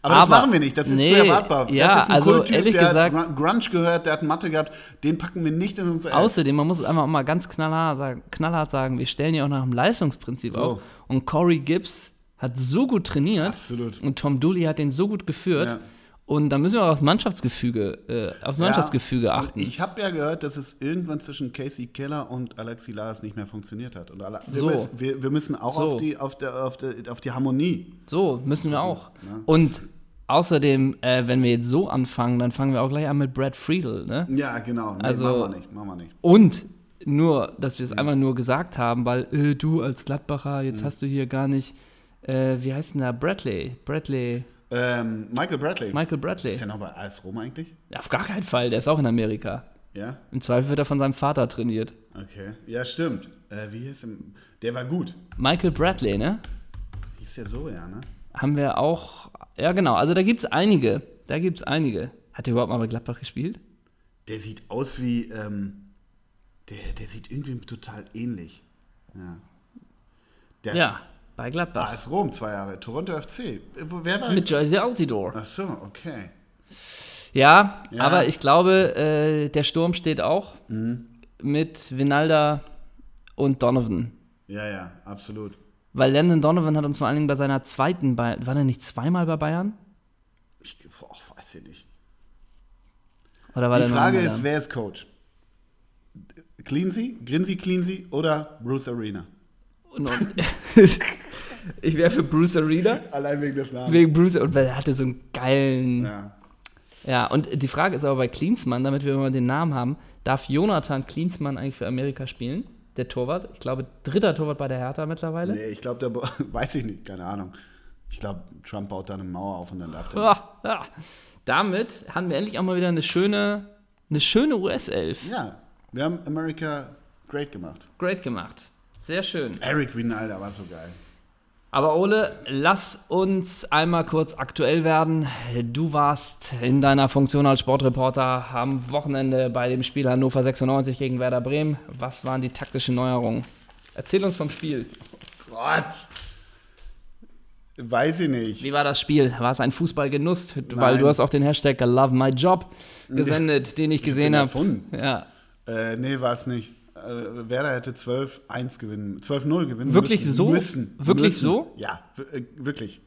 Speaker 2: aber das
Speaker 1: aber-
Speaker 2: machen wir nicht, das ist
Speaker 1: nee,
Speaker 2: so erwartbar.
Speaker 1: ja,
Speaker 2: das ist ein
Speaker 1: also
Speaker 2: cooler Typ,
Speaker 1: ehrlich
Speaker 2: der
Speaker 1: gesagt-
Speaker 2: hat Gr- Grunge gehört, der hat Mathe gehabt, den packen wir nicht in unsere Elf.
Speaker 1: Außerdem, man muss es einfach auch mal ganz knallhart sagen, knallhart sagen wir stellen ja auch nach dem Leistungsprinzip
Speaker 2: Oh.
Speaker 1: auf. Und Corey Gibbs hat so gut trainiert
Speaker 2: Absolut.
Speaker 1: und Tom Dooley hat den so gut geführt.
Speaker 2: Ja.
Speaker 1: Und da müssen wir auch aufs Mannschaftsgefüge, äh, aufs Mannschaftsgefüge
Speaker 2: Ja, und
Speaker 1: achten.
Speaker 2: Ich habe ja gehört, dass es irgendwann zwischen Casey Keller und Alexi Lalas nicht mehr funktioniert hat. Und alle, wir,
Speaker 1: So.
Speaker 2: müssen, wir, wir müssen auch
Speaker 1: So.
Speaker 2: auf, die, auf, der, auf, der, auf die Harmonie.
Speaker 1: so, müssen wir auch. Und außerdem, äh, wenn wir jetzt so anfangen, dann fangen wir auch gleich an mit Brad Friedel. Ne?
Speaker 2: Ja, genau. Nee,
Speaker 1: Also-
Speaker 2: machen wir nicht, machen wir nicht.
Speaker 1: Und nur, dass wir es einmal nur gesagt haben, weil äh, du als Gladbacher, jetzt hast du hier gar nicht, äh, wie heißt denn da, Bradley, Bradley,
Speaker 2: Ähm, Michael Bradley.
Speaker 1: Michael Bradley.
Speaker 2: Ist der noch bei AS Rom eigentlich?
Speaker 1: Ja, auf gar keinen Fall, der ist auch in Amerika.
Speaker 2: Ja?
Speaker 1: Im Zweifel wird er von seinem Vater trainiert.
Speaker 2: Okay. Ja, stimmt. Äh, wie hieß im Der war gut.
Speaker 1: Michael Bradley, ne?
Speaker 2: Hieß der so, ja, ne?
Speaker 1: Haben wir auch, ja genau, also da gibt es einige, da gibt es einige. Hat der überhaupt mal bei Gladbach gespielt?
Speaker 2: der sieht aus wie, ähm, der, der sieht irgendwie total ähnlich. Ja. Der
Speaker 1: Ja, bei Gladbach.
Speaker 2: AS Rom zwei Jahre, Toronto FC. Äh, wo- Wer war?
Speaker 1: Mit Jersey Altidore.
Speaker 2: Ach so, okay.
Speaker 1: Ja,
Speaker 2: Ja.
Speaker 1: aber ich glaube, äh, der Sturm steht auch
Speaker 2: Mhm.
Speaker 1: mit Vinalda und Donovan.
Speaker 2: Ja, ja, absolut.
Speaker 1: Weil Landon Donovan hat uns vor allen Dingen bei seiner zweiten, bei, war er nicht zweimal bei Bayern?
Speaker 2: Ich boah, weiß ich nicht.
Speaker 1: Oder war
Speaker 2: Die
Speaker 1: der nur
Speaker 2: Frage
Speaker 1: einmal
Speaker 2: ist,
Speaker 1: da?
Speaker 2: wer ist Coach? Cleansey, Grinsey Cleansey oder Bruce Arena?
Speaker 1: Und, und ich wäre für Bruce Arena.
Speaker 2: Allein wegen des Namens.
Speaker 1: Wegen Bruce, und weil er hatte so einen geilen. Ja.
Speaker 2: Ja.
Speaker 1: und die Frage ist aber bei Klinsmann, damit wir mal den Namen haben, darf Jonathan Klinsmann eigentlich für Amerika spielen? Der Torwart. Ich glaube, dritter Torwart bei der Hertha mittlerweile.
Speaker 2: Nee, ich glaube, da bo- weiß ich nicht, keine Ahnung. Ich glaube, Trump baut da eine Mauer auf und dann darf der.
Speaker 1: Ah, ah. Damit haben wir endlich auch mal wieder eine schöne, eine schöne US-11.
Speaker 2: Ja, wir haben America great gemacht.
Speaker 1: Great gemacht. Sehr schön.
Speaker 2: Eric Rinalda war so geil.
Speaker 1: Aber Ole, lass uns einmal kurz aktuell werden. Du warst in deiner Funktion als Sportreporter am Wochenende bei dem Spiel Hannover 96 gegen Werder Bremen. Was waren die taktischen Neuerungen? Erzähl uns vom Spiel.
Speaker 2: Gott! Weiß ich nicht.
Speaker 1: Wie war das Spiel? War es ein Fußballgenuss? Weil du hast auch den Hashtag I love my job gesendet, den ich gesehen
Speaker 2: den
Speaker 1: habe.
Speaker 2: erfunden.
Speaker 1: Ja,
Speaker 2: Äh, nee, war es nicht. Äh, Werder hätte 12-1 gewinnen, 12-0 gewinnen
Speaker 1: Wirklich
Speaker 2: müssen.
Speaker 1: so?
Speaker 2: Müssen.
Speaker 1: Wirklich
Speaker 2: müssen.
Speaker 1: so?
Speaker 2: Ja, w- äh, wirklich.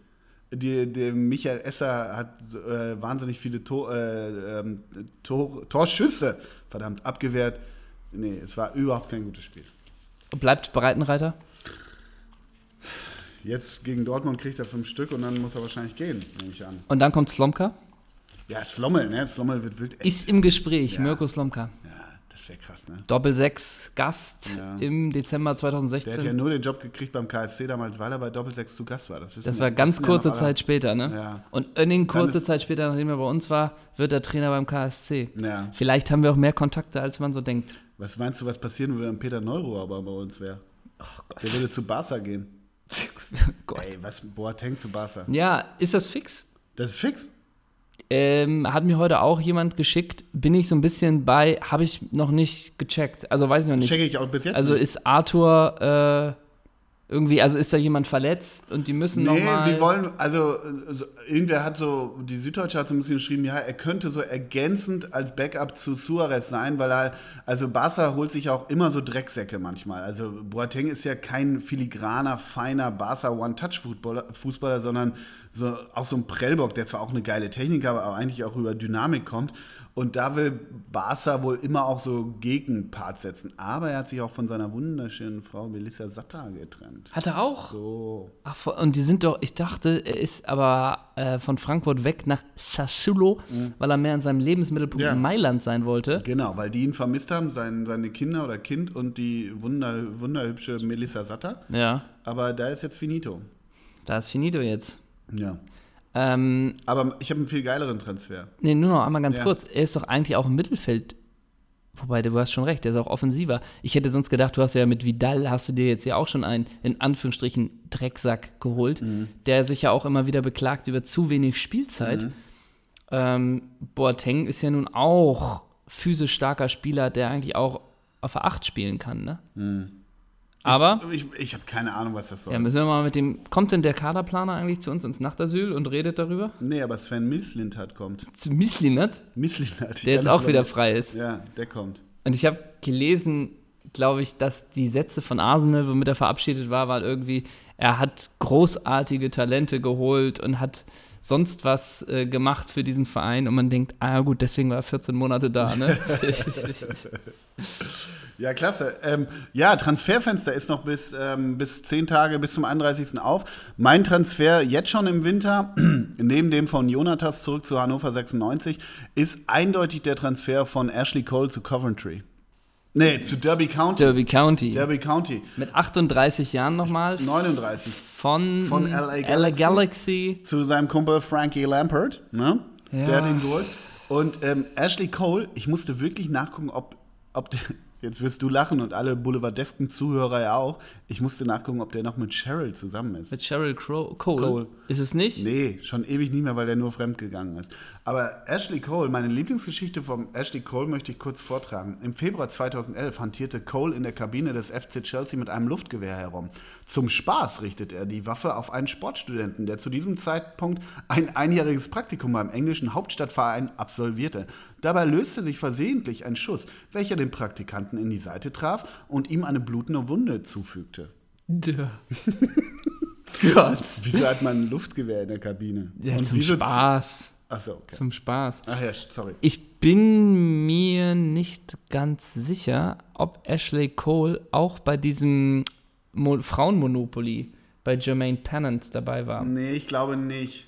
Speaker 2: Die, der Michael Esser hat äh, wahnsinnig viele Tor, äh, ähm, Tor, Torschüsse, verdammt, abgewehrt. Nee, es war überhaupt kein gutes Spiel.
Speaker 1: bleibt Breitenreiter.
Speaker 2: Jetzt gegen Dortmund kriegt er fünf Stück und dann muss er wahrscheinlich gehen, nehme ich an.
Speaker 1: Und dann kommt Slomka.
Speaker 2: Ja, Slommel, ne? Slommel wird wirklich.
Speaker 1: Ist im Gespräch,
Speaker 2: Ja.
Speaker 1: Mirko Slomka.
Speaker 2: ja, das wäre krass, ne?
Speaker 1: Doppel 6 Gast
Speaker 2: Ja.
Speaker 1: im Dezember
Speaker 2: Der hat ja
Speaker 1: 2016.
Speaker 2: nur den Job gekriegt beim KSC damals, weil er bei Doppelsechs zu Gast war. Das, wissen
Speaker 1: Das
Speaker 2: ja-
Speaker 1: war ganz
Speaker 2: wissen ja
Speaker 1: kurze
Speaker 2: noch alle.
Speaker 1: Zeit später, ne?
Speaker 2: Ja.
Speaker 1: Und Önning kurze
Speaker 2: ist-
Speaker 1: Zeit später, nachdem er bei uns war, wird er Trainer beim KSC.
Speaker 2: Ja.
Speaker 1: Vielleicht haben wir auch mehr Kontakte, als man so denkt.
Speaker 2: Was meinst du, was passieren würde, wenn Peter Neuruhr aber bei uns wäre?
Speaker 1: Oh
Speaker 2: Der würde zu Barca gehen.
Speaker 1: Gott.
Speaker 2: Ey, was? Boateng zu Barca.
Speaker 1: Ja, ist das fix?
Speaker 2: Das ist fix.
Speaker 1: Ähm, hat mir heute auch jemand geschickt, bin ich so ein bisschen bei, habe ich noch nicht gecheckt. Also weiß ich noch nicht.
Speaker 2: Checke ich auch bis jetzt.
Speaker 1: also
Speaker 2: nicht.
Speaker 1: ist Arthur äh, irgendwie, also ist da jemand verletzt und die müssen
Speaker 2: Nee,
Speaker 1: nochmal.
Speaker 2: sie wollen, also, äh, so, irgendwer hat so, die Süddeutsche hat so ein bisschen geschrieben, ja, er könnte so ergänzend als Backup zu Suarez sein, weil er, also Barca holt sich auch immer so Drecksäcke manchmal. Also Boateng ist ja kein filigraner, feiner Barca One-Touch-Fußballer, Fußballer, sondern so, auch so ein Prellbock, der zwar auch eine geile Technik, aber auch eigentlich auch über Dynamik kommt. Und da will Barca wohl immer auch so Gegenpart setzen. Aber er hat sich auch von seiner wunderschönen Frau Melissa Satta getrennt.
Speaker 1: Hat er auch?
Speaker 2: So.
Speaker 1: Ach, von- und die sind doch, ich dachte, er ist aber äh, von Frankfurt weg nach Sassuolo, weil er mehr an seinem Lebensmittelpunkt
Speaker 2: Mhm. Ja.
Speaker 1: in Mailand sein wollte.
Speaker 2: Genau, weil die ihn vermisst haben, sein, seine Kinder oder Kind und die wunder, wunderhübsche Melissa Satter.
Speaker 1: Ja,
Speaker 2: Aber da ist jetzt finito.
Speaker 1: da ist finito jetzt.
Speaker 2: Ja.
Speaker 1: Ähm,
Speaker 2: Aber ich habe einen viel geileren Transfer.
Speaker 1: nee, nur noch einmal ganz
Speaker 2: Ja.
Speaker 1: kurz. Er ist doch eigentlich auch im Mittelfeld. Wobei, du hast schon recht, der ist auch offensiver. Ich hätte sonst gedacht, du hast ja mit Vidal, hast du dir jetzt ja auch schon einen, in Anführungsstrichen, Drecksack geholt, der sich ja auch immer wieder beklagt über zu wenig Spielzeit. Ähm, Boateng ist ja nun auch physisch starker Spieler, der eigentlich auch auf der 8 spielen kann, ne? Aber,
Speaker 2: Ich, ich habe keine Ahnung, was das soll.
Speaker 1: ja, müssen wir mal mit dem, kommt denn der Kaderplaner eigentlich zu uns ins Nachtasyl und redet darüber? ne?
Speaker 2: nee, aber Sven Mislintat kommt.
Speaker 1: Zu Mislinat,
Speaker 2: Mislintat.
Speaker 1: der jetzt auch wieder frei ist.
Speaker 2: Ja, der kommt.
Speaker 1: Und ich habe gelesen, glaube ich, dass die Sätze von Arsenal, womit er verabschiedet war, waren irgendwie, er hat großartige Talente geholt und hat sonst was äh, gemacht für diesen Verein. Und man denkt, ah gut, deswegen war er 14 Monate da. Ne?
Speaker 2: Ja, klasse. Ähm, ja, Transferfenster ist noch bis, ähm, bis 10 Tage, bis zum 31. auf. Mein Transfer jetzt schon im Winter, neben dem von Jonatas zurück zu Hannover 96, ist eindeutig der Transfer von Ashley Cole zu Coventry. Nee, zu Derby County.
Speaker 1: Derby County.
Speaker 2: Derby County,
Speaker 1: Mit 38 Jahren nochmal.
Speaker 2: 39.
Speaker 1: Von,
Speaker 2: Von LA Galaxy.
Speaker 1: Galaxy.
Speaker 2: zu seinem Kumpel Frankie Lampert. Ne?
Speaker 1: Ja.
Speaker 2: Der hat ihn geholt. Und ähm, Ashley Cole, ich musste wirklich nachgucken, ob, ob der, Jetzt wirst du lachen und alle boulevardesken Zuhörer ja auch. Ich musste nachgucken, ob der noch mit Cheryl zusammen ist.
Speaker 1: Mit Cheryl Crow Cole.
Speaker 2: Cole.
Speaker 1: Ist es nicht?
Speaker 2: Nee, schon ewig nicht mehr, weil der nur fremdgegangen ist. Aber Ashley Cole, meine Lieblingsgeschichte vom Ashley Cole möchte ich kurz vortragen. Im Februar 2011 hantierte Cole in der Kabine des FC Chelsea mit einem Luftgewehr herum. Zum Spaß richtet er die Waffe auf einen Sportstudenten, der zu diesem Zeitpunkt ein einjähriges Praktikum beim englischen Hauptstadtverein absolvierte. Dabei löste sich versehentlich ein Schuss, welcher den Praktikanten in die Seite traf und ihm eine blutende Wunde zufügte.
Speaker 1: Ja. Gott.
Speaker 2: Wieso hat man ein Luftgewehr in der Kabine?
Speaker 1: Ja, zum
Speaker 2: wieso-
Speaker 1: Spaß.
Speaker 2: Achso, okay.
Speaker 1: Zum Spaß.
Speaker 2: Ach ja, sorry.
Speaker 1: Ich bin mir nicht ganz sicher, ob Ashley Cole auch bei diesem Mo Frauenmonopoly bei Jermaine Pennant dabei war.
Speaker 2: Nee, ich glaube nicht.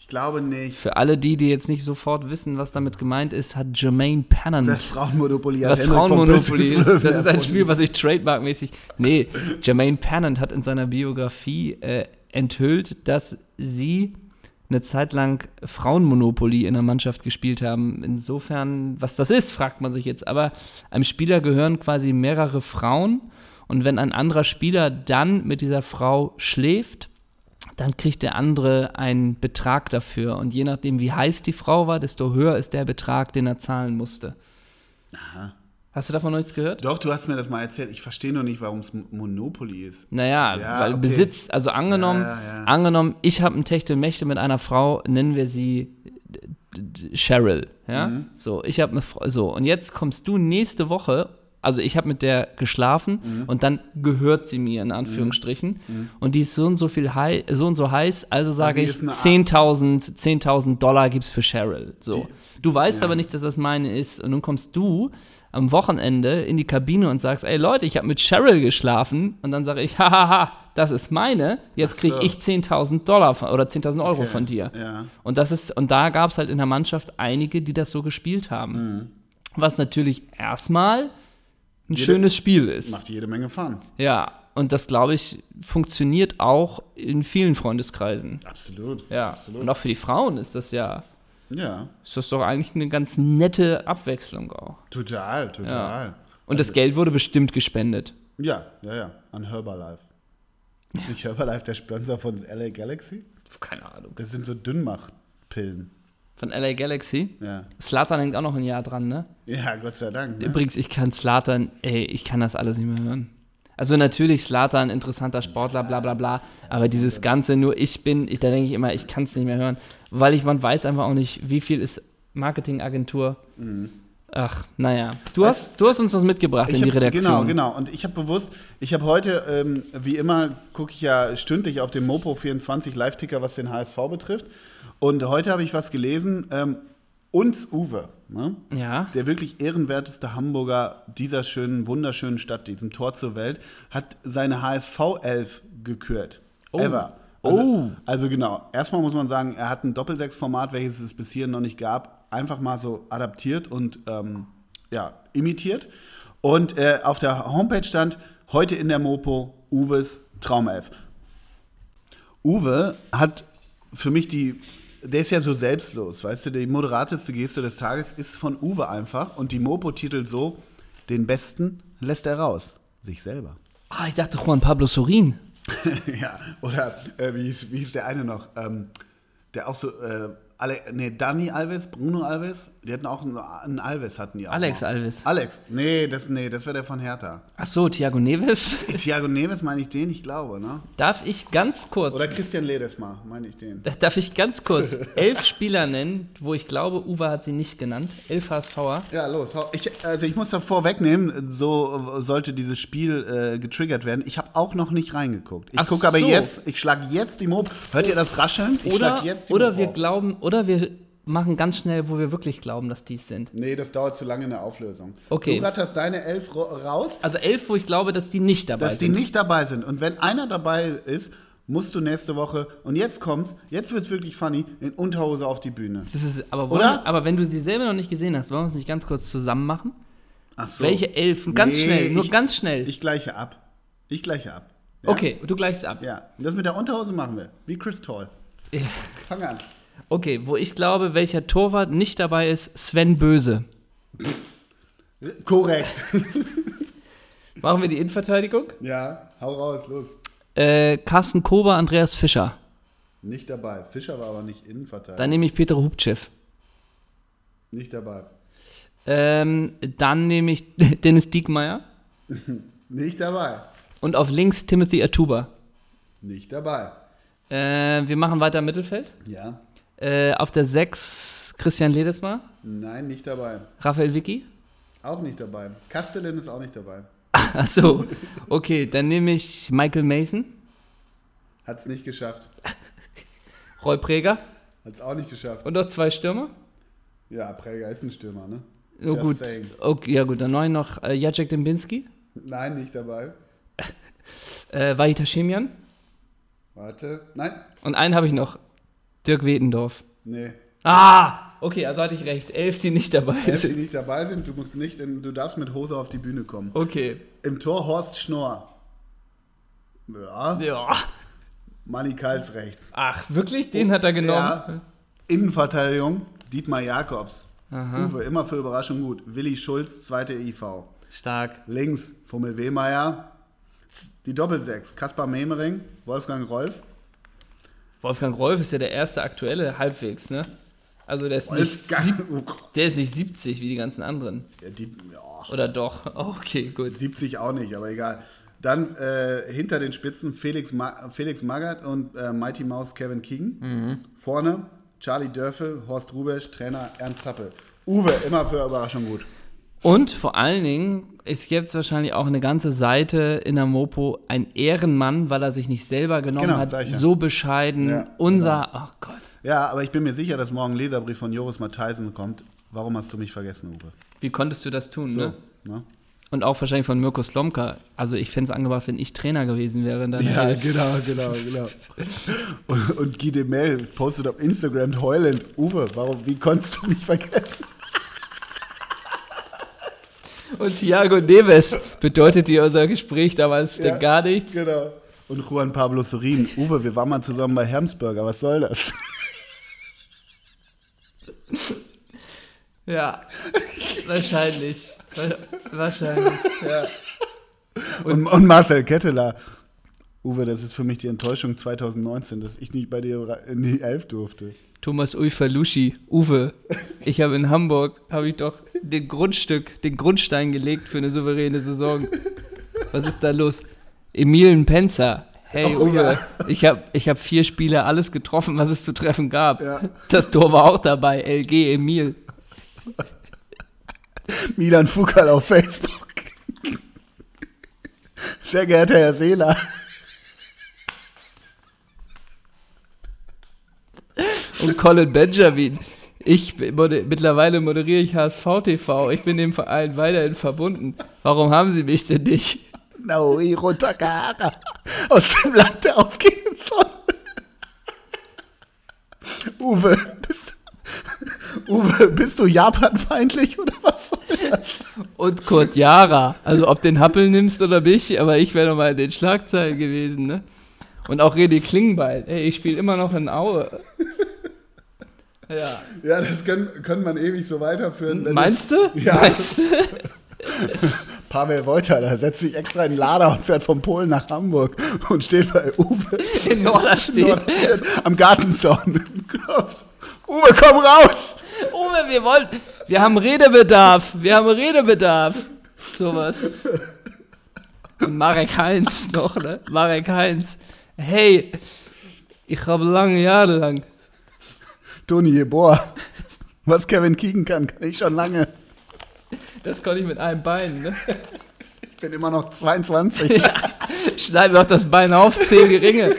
Speaker 2: Ich glaube nicht.
Speaker 1: Für alle die, die jetzt nicht sofort wissen, was damit gemeint ist, hat Jermaine Pennant
Speaker 2: Das Frauenmonopoly hat
Speaker 1: Hm. Das
Speaker 2: Henrik vom
Speaker 1: Frauenmonopoly ist,
Speaker 2: Pilz des
Speaker 1: das ist
Speaker 2: Löwen
Speaker 1: ein Spiel,
Speaker 2: erfunden.
Speaker 1: was ich trademarkmäßig. Nee, Jermaine Pennant hat in seiner Biografie äh, enthüllt, dass sie eine Zeit lang Frauenmonopoly in der Mannschaft gespielt haben. Insofern, was das ist, fragt man sich jetzt. Aber einem Spieler gehören quasi mehrere Frauen. Und wenn ein anderer Spieler dann mit dieser Frau schläft, dann kriegt der andere einen Betrag dafür. Und je nachdem, wie heiß die Frau war, desto höher ist der Betrag, den er zahlen musste. Hast du davon noch nichts gehört?
Speaker 2: Doch, du hast mir das mal erzählt. Ich verstehe noch nicht, warum es M- Monopoly ist.
Speaker 1: Naja,
Speaker 2: Ja,
Speaker 1: weil
Speaker 2: okay.
Speaker 1: Besitz, also angenommen,
Speaker 2: Ja, ja, ja.
Speaker 1: angenommen, ich habe ein Techtelmächte mit einer Frau, nennen wir sie d- d- Cheryl, ja?
Speaker 2: Mhm.
Speaker 1: So, ich habe eine Frau, so, und jetzt kommst du nächste Woche, also ich habe mit der geschlafen
Speaker 2: Mhm.
Speaker 1: und dann gehört sie mir, in Anführungsstrichen, und die ist so und so viel hei so und so heiß, also sage
Speaker 2: sie ist eine
Speaker 1: ich,
Speaker 2: Art-
Speaker 1: 10.000 10.000 Dollar gibt's für Cheryl, so. Du weißt aber nicht, dass das meine ist, und nun kommst du am Wochenende in die Kabine und sagst, ey Leute, ich habe mit Cheryl geschlafen und dann sage ich, hahaha, das ist meine, jetzt
Speaker 2: Ach
Speaker 1: kriege
Speaker 2: so.
Speaker 1: ich 10.000 Dollar von, oder 10.000 Euro
Speaker 2: Okay,
Speaker 1: von dir.
Speaker 2: ja.
Speaker 1: Und das ist und da gab es halt in der Mannschaft einige, die das so gespielt haben.
Speaker 2: Mhm.
Speaker 1: Was natürlich erstmal ein schönes Spiel ist.
Speaker 2: Macht jede Menge Fun.
Speaker 1: Ja, und das glaube ich funktioniert auch in vielen Freundeskreisen.
Speaker 2: Absolut.
Speaker 1: Ja, und
Speaker 2: Absolut.
Speaker 1: auch für die Frauen ist das ja
Speaker 2: Ja,
Speaker 1: ist das doch eigentlich eine ganz nette Abwechslung auch.
Speaker 2: total, total.
Speaker 1: Und
Speaker 2: Also
Speaker 1: das Geld wurde bestimmt gespendet.
Speaker 2: Ja, ja, ja. An Herbalife. Ist nicht Herbalife der Sponsor von LA Galaxy?
Speaker 1: Keine Ahnung.
Speaker 2: Das sind so Dünnmachpillen.
Speaker 1: Von LA Galaxy.
Speaker 2: Ja.
Speaker 1: Slatan hängt auch noch ein Jahr dran, ne?
Speaker 2: ja, Gott sei Dank. Ne?
Speaker 1: Übrigens, ich kann Slatan, ey, ich kann das alles nicht mehr hören. Also natürlich Slatan, interessanter Sportler, bla bla bla. Aber dieses Ganze nur, ich bin, ich, da denke ich immer, ich kann es nicht mehr hören. Weil ich, man weiß einfach auch nicht, wie viel ist Marketingagentur.
Speaker 2: Mhm.
Speaker 1: Ach, naja. Du hast, du hast uns was mitgebracht in die
Speaker 2: hab-
Speaker 1: Redaktion.
Speaker 2: Genau, genau. Und ich habe bewusst, ich habe heute, ähm, wie immer, gucke ich ja stündlich auf den Mopo24 Live-Ticker, was den HSV betrifft. Und heute habe ich was gelesen. Ähm, uns Uwe, ne?
Speaker 1: Ja.
Speaker 2: der wirklich ehrenwerteste Hamburger dieser schönen, wunderschönen Stadt, diesem Tor zur Welt, hat seine HSV-11 gekürt.
Speaker 1: Oh.
Speaker 2: Ever. Also,
Speaker 1: Oh.
Speaker 2: also genau, erstmal muss man sagen, er hat ein Doppelsechs-Format, welches es bis hierhin noch nicht gab, einfach mal so adaptiert und ähm, ja, imitiert. Und äh, auf der Homepage stand heute in der Mopo Uwes Traumelf. Uwe hat für mich die, der ist ja so selbstlos, weißt du, die moderateste Geste des Tages ist von Uwe einfach und die Mopo titelt so, den Besten lässt er raus, sich selber.
Speaker 1: Ah, ich dachte Juan Pablo Sorin.
Speaker 2: ja, oder äh, wie, hieß, wie hieß der eine noch, ähm, der auch so, äh, Ale nee, Dani Alves, Bruno Alves, die hatten auch einen, einen Alves, hatten die auch
Speaker 1: Alex
Speaker 2: noch.
Speaker 1: Alves.
Speaker 2: Alex, nee, das, nee, das wäre der von Hertha.
Speaker 1: Ach so, Thiago Neves.
Speaker 2: Thiago Neves meine ich den, ich glaube, ne?
Speaker 1: Darf ich ganz kurz,
Speaker 2: Oder Christian Ledesma meine ich den.
Speaker 1: darf ich ganz kurz elf Spieler nennen, wo ich glaube, Uwe hat sie nicht genannt. Elf HSVer.
Speaker 2: Ja, los. hau- Ich, also ich muss da vorwegnehmen, so sollte dieses Spiel äh, getriggert werden. Ich habe auch noch nicht reingeguckt. Ich
Speaker 1: Ach
Speaker 2: gucke aber
Speaker 1: so.
Speaker 2: jetzt, ich schlage jetzt die Mob. Hört ihr das Rascheln? Ich
Speaker 1: Oder,
Speaker 2: schlag jetzt die oh.
Speaker 1: oder
Speaker 2: Mob
Speaker 1: wir
Speaker 2: auf.
Speaker 1: glauben, oder wir machen ganz schnell, wo wir wirklich glauben, dass dies sind.
Speaker 2: Nee, das dauert zu lange in der Auflösung.
Speaker 1: Okay.
Speaker 2: Du ratterst deine elf ro- raus,
Speaker 1: Also elf, wo ich glaube, dass die nicht dabei
Speaker 2: dass die
Speaker 1: sind.
Speaker 2: nicht dabei sind. Und wenn einer dabei ist, musst du nächste Woche, und jetzt kommt's, jetzt wird's wirklich funny, in Unterhose auf die Bühne.
Speaker 1: das ist, aber,
Speaker 2: Oder?
Speaker 1: wollen- aber wenn du sie selber noch nicht gesehen hast, wollen wir uns nicht ganz kurz zusammen machen?
Speaker 2: Ach so.
Speaker 1: Welche elf? Ganz
Speaker 2: Nee,
Speaker 1: schnell, nur
Speaker 2: ich-
Speaker 1: ganz schnell.
Speaker 2: Ich gleiche ab. Ich gleiche ab. Ja?
Speaker 1: Okay, du gleichst ab.
Speaker 2: Ja. Und das mit der Unterhose machen wir. Wie Chris Toll. Fang an.
Speaker 1: Okay, wo ich glaube, welcher Torwart nicht dabei ist, Sven Böse.
Speaker 2: Korrekt.
Speaker 1: Machen wir die Innenverteidigung?
Speaker 2: Ja, hau raus, los.
Speaker 1: Äh, Carsten Kober, Andreas Fischer.
Speaker 2: Nicht dabei. Fischer war aber nicht Innenverteidiger.
Speaker 1: Dann nehme ich Peter Hubchev.
Speaker 2: nicht dabei.
Speaker 1: Ähm, dann nehme ich Dennis Diekmeyer.
Speaker 2: Nicht dabei.
Speaker 1: Und auf links Timothy Atuba.
Speaker 2: Nicht dabei.
Speaker 1: Äh, wir machen weiter im Mittelfeld.
Speaker 2: Ja.
Speaker 1: Äh, auf der 6 Christian Ledesma,
Speaker 2: Nein, nicht dabei.
Speaker 1: Raphael Vicky.
Speaker 2: Auch nicht dabei. Castellin ist auch nicht dabei.
Speaker 1: Achso, okay, dann nehme ich Michael Mason,
Speaker 2: Hat es nicht geschafft.
Speaker 1: Roy Preger
Speaker 2: Hat es auch nicht geschafft.
Speaker 1: und noch zwei Stürmer.
Speaker 2: Ja, Präger ist ein Stürmer, ne?
Speaker 1: Oh,
Speaker 2: Just
Speaker 1: gut.
Speaker 2: saying.
Speaker 1: Okay, ja gut, dann neun noch äh, Jacek Dembinski,
Speaker 2: Nein, nicht dabei.
Speaker 1: äh, Vajita Schemian
Speaker 2: Warte. Nein.
Speaker 1: und einen habe ich noch, Dirk Wetendorf.
Speaker 2: Nee.
Speaker 1: Ah, okay, also hatte ich recht, elf, die nicht dabei
Speaker 2: Elf, die
Speaker 1: sind.
Speaker 2: nicht dabei sind, du musst nicht in, du darfst mit Hose auf die Bühne kommen.
Speaker 1: Okay,
Speaker 2: Im Tor Horst Schnorr. Ja.
Speaker 1: ja.
Speaker 2: Manni Kals rechts.
Speaker 1: Ach, wirklich? Den hat er genommen?
Speaker 2: Innenverteidigung Dietmar Jakobs.
Speaker 1: Aha.
Speaker 2: Uwe, immer für Überraschung gut. Willi Schulz, zweite IV.
Speaker 1: Stark.
Speaker 2: Links Fummel Wehmeier. Die Doppelsechs Kaspar Memering, Wolfgang Rolf.
Speaker 1: Wolfgang Rolf ist ja der erste aktuelle halbwegs, ne? Also der ist, nicht, sieb-
Speaker 2: Wolfgang.
Speaker 1: der ist nicht 70 wie die ganzen anderen.
Speaker 2: Ja, die, ja,
Speaker 1: Oder doch? Okay, gut.
Speaker 2: 70 auch nicht, aber egal. Dann äh, hinter den Spitzen Felix, Ma Felix Magath und äh, Mighty Mouse Kevin Keegan. Vorne Charlie Dörfel, Horst Rubesch, Trainer Ernst Happel. Uwe, immer für Überraschung gut.
Speaker 1: Und vor allen Dingen ist jetzt wahrscheinlich auch eine ganze Seite in der Mopo ein Ehrenmann, weil er sich nicht selber genommen
Speaker 2: Genau,
Speaker 1: hat.
Speaker 2: sag ich ja.
Speaker 1: So bescheiden.
Speaker 2: Ja,
Speaker 1: Unser. Oh Gott.
Speaker 2: Ja, aber ich bin mir sicher, dass morgen ein Leserbrief von Joris Matthijsen kommt. Warum hast du mich vergessen, Uwe?
Speaker 1: Wie konntest du das tun,
Speaker 2: So,
Speaker 1: ne?
Speaker 2: ne?
Speaker 1: Und auch wahrscheinlich von Mirko Slomka. Also ich fände es angebracht, wenn ich Trainer gewesen wäre. in deiner
Speaker 2: Ja,
Speaker 1: Elf.
Speaker 2: genau, genau, genau. Und, und Guy de Mel postet auf Instagram heulend, Uwe, warum, wie konntest du mich vergessen?
Speaker 1: Und Thiago Neves bedeutet dir unser Gespräch damals denn gar nichts.
Speaker 2: Genau. Und Juan Pablo Sorin, Uwe, wir waren mal zusammen bei Hermsburger, was soll das?
Speaker 1: Ja, wahrscheinlich. Wa- Wahrscheinlich. Ja.
Speaker 2: Und, und Marcel Ketteler, Uwe, das ist für mich die Enttäuschung 2019, dass ich nicht bei dir ra- in die Elf durfte.
Speaker 1: Thomas Ulfaluschi, Uwe, ich habe in Hamburg, habe ich doch den Grundstück, den Grundstein gelegt für eine souveräne Saison. Was ist da los? Emilen Penzer, hey
Speaker 2: Oh,
Speaker 1: Uwe,
Speaker 2: ja.
Speaker 1: ich habe ich hab vier Spiele alles getroffen, was es zu treffen gab.
Speaker 2: Ja.
Speaker 1: Das Tor war auch dabei, LG Emil.
Speaker 2: Milan Fukal auf Facebook. Sehr geehrter Herr Seeler.
Speaker 1: und Colin Benjamin. Ich bin moder mittlerweile moderiere ich HSV TV. Ich bin dem Verein weiterhin verbunden. Warum haben Sie mich denn nicht?
Speaker 2: Naohiro Takahara aus dem Land der aufgehenden Sonne. Uwe, bist du, Uwe, bist du japanfeindlich oder was soll das?
Speaker 1: Und Kurt Jara. Also ob den Happel nimmst oder mich, aber ich wäre nochmal in den Schlagzeilen gewesen, ne? Und auch René Klingbeil. Ey, ich spiele immer noch in Aue. Ja.
Speaker 2: Ja, das können, können man ewig so weiterführen. Wenn
Speaker 1: Meinst du?
Speaker 2: Ja.
Speaker 1: Meinst du?
Speaker 2: jetzt Pavel Wojtala setzt sich extra in den Lader und fährt von Polen nach Hamburg und steht bei Uwe
Speaker 1: In Norder steht.
Speaker 2: am Gartenzaun und klopft. Uwe, komm raus!
Speaker 1: Uwe, wir wollen. Wir haben Redebedarf. Wir haben Redebedarf. Sowas. Und Marek Heinz noch, ne? Marek Heinz. Hey, ich habe lange Jahre lang.
Speaker 2: Toni Jeboa, was Kevin Keegan kann, kann ich schon lange.
Speaker 1: Das konnte ich mit einem Bein, ne?
Speaker 2: Ich bin immer noch 22.
Speaker 1: Schneiden wir auch das Bein auf, zehn Geringe.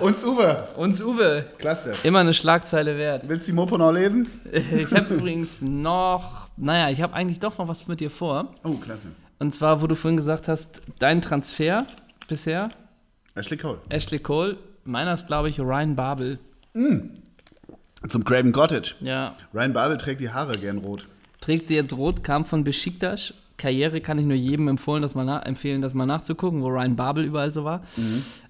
Speaker 2: Und Uwe.
Speaker 1: Uns Uwe,
Speaker 2: Klasse.
Speaker 1: immer eine Schlagzeile wert.
Speaker 2: Willst du die Mopo noch lesen?
Speaker 1: Ich habe übrigens noch. Naja, ich habe eigentlich doch noch was mit dir vor.
Speaker 2: Oh, klasse.
Speaker 1: Und zwar, wo du vorhin gesagt hast, dein Transfer bisher,
Speaker 2: Ashley Cole.
Speaker 1: Ashley Cole, meiner ist, glaube ich, Ryan Babel.
Speaker 2: Zum Craven Cottage.
Speaker 1: Ja,
Speaker 2: Ryan Babel trägt die Haare gern rot.
Speaker 1: trägt sie jetzt rot, kam von Besiktas. Karriere kann ich nur jedem empfehlen, das mal na- empfehlen, das mal nachzugucken, wo Ryan Babel überall so war.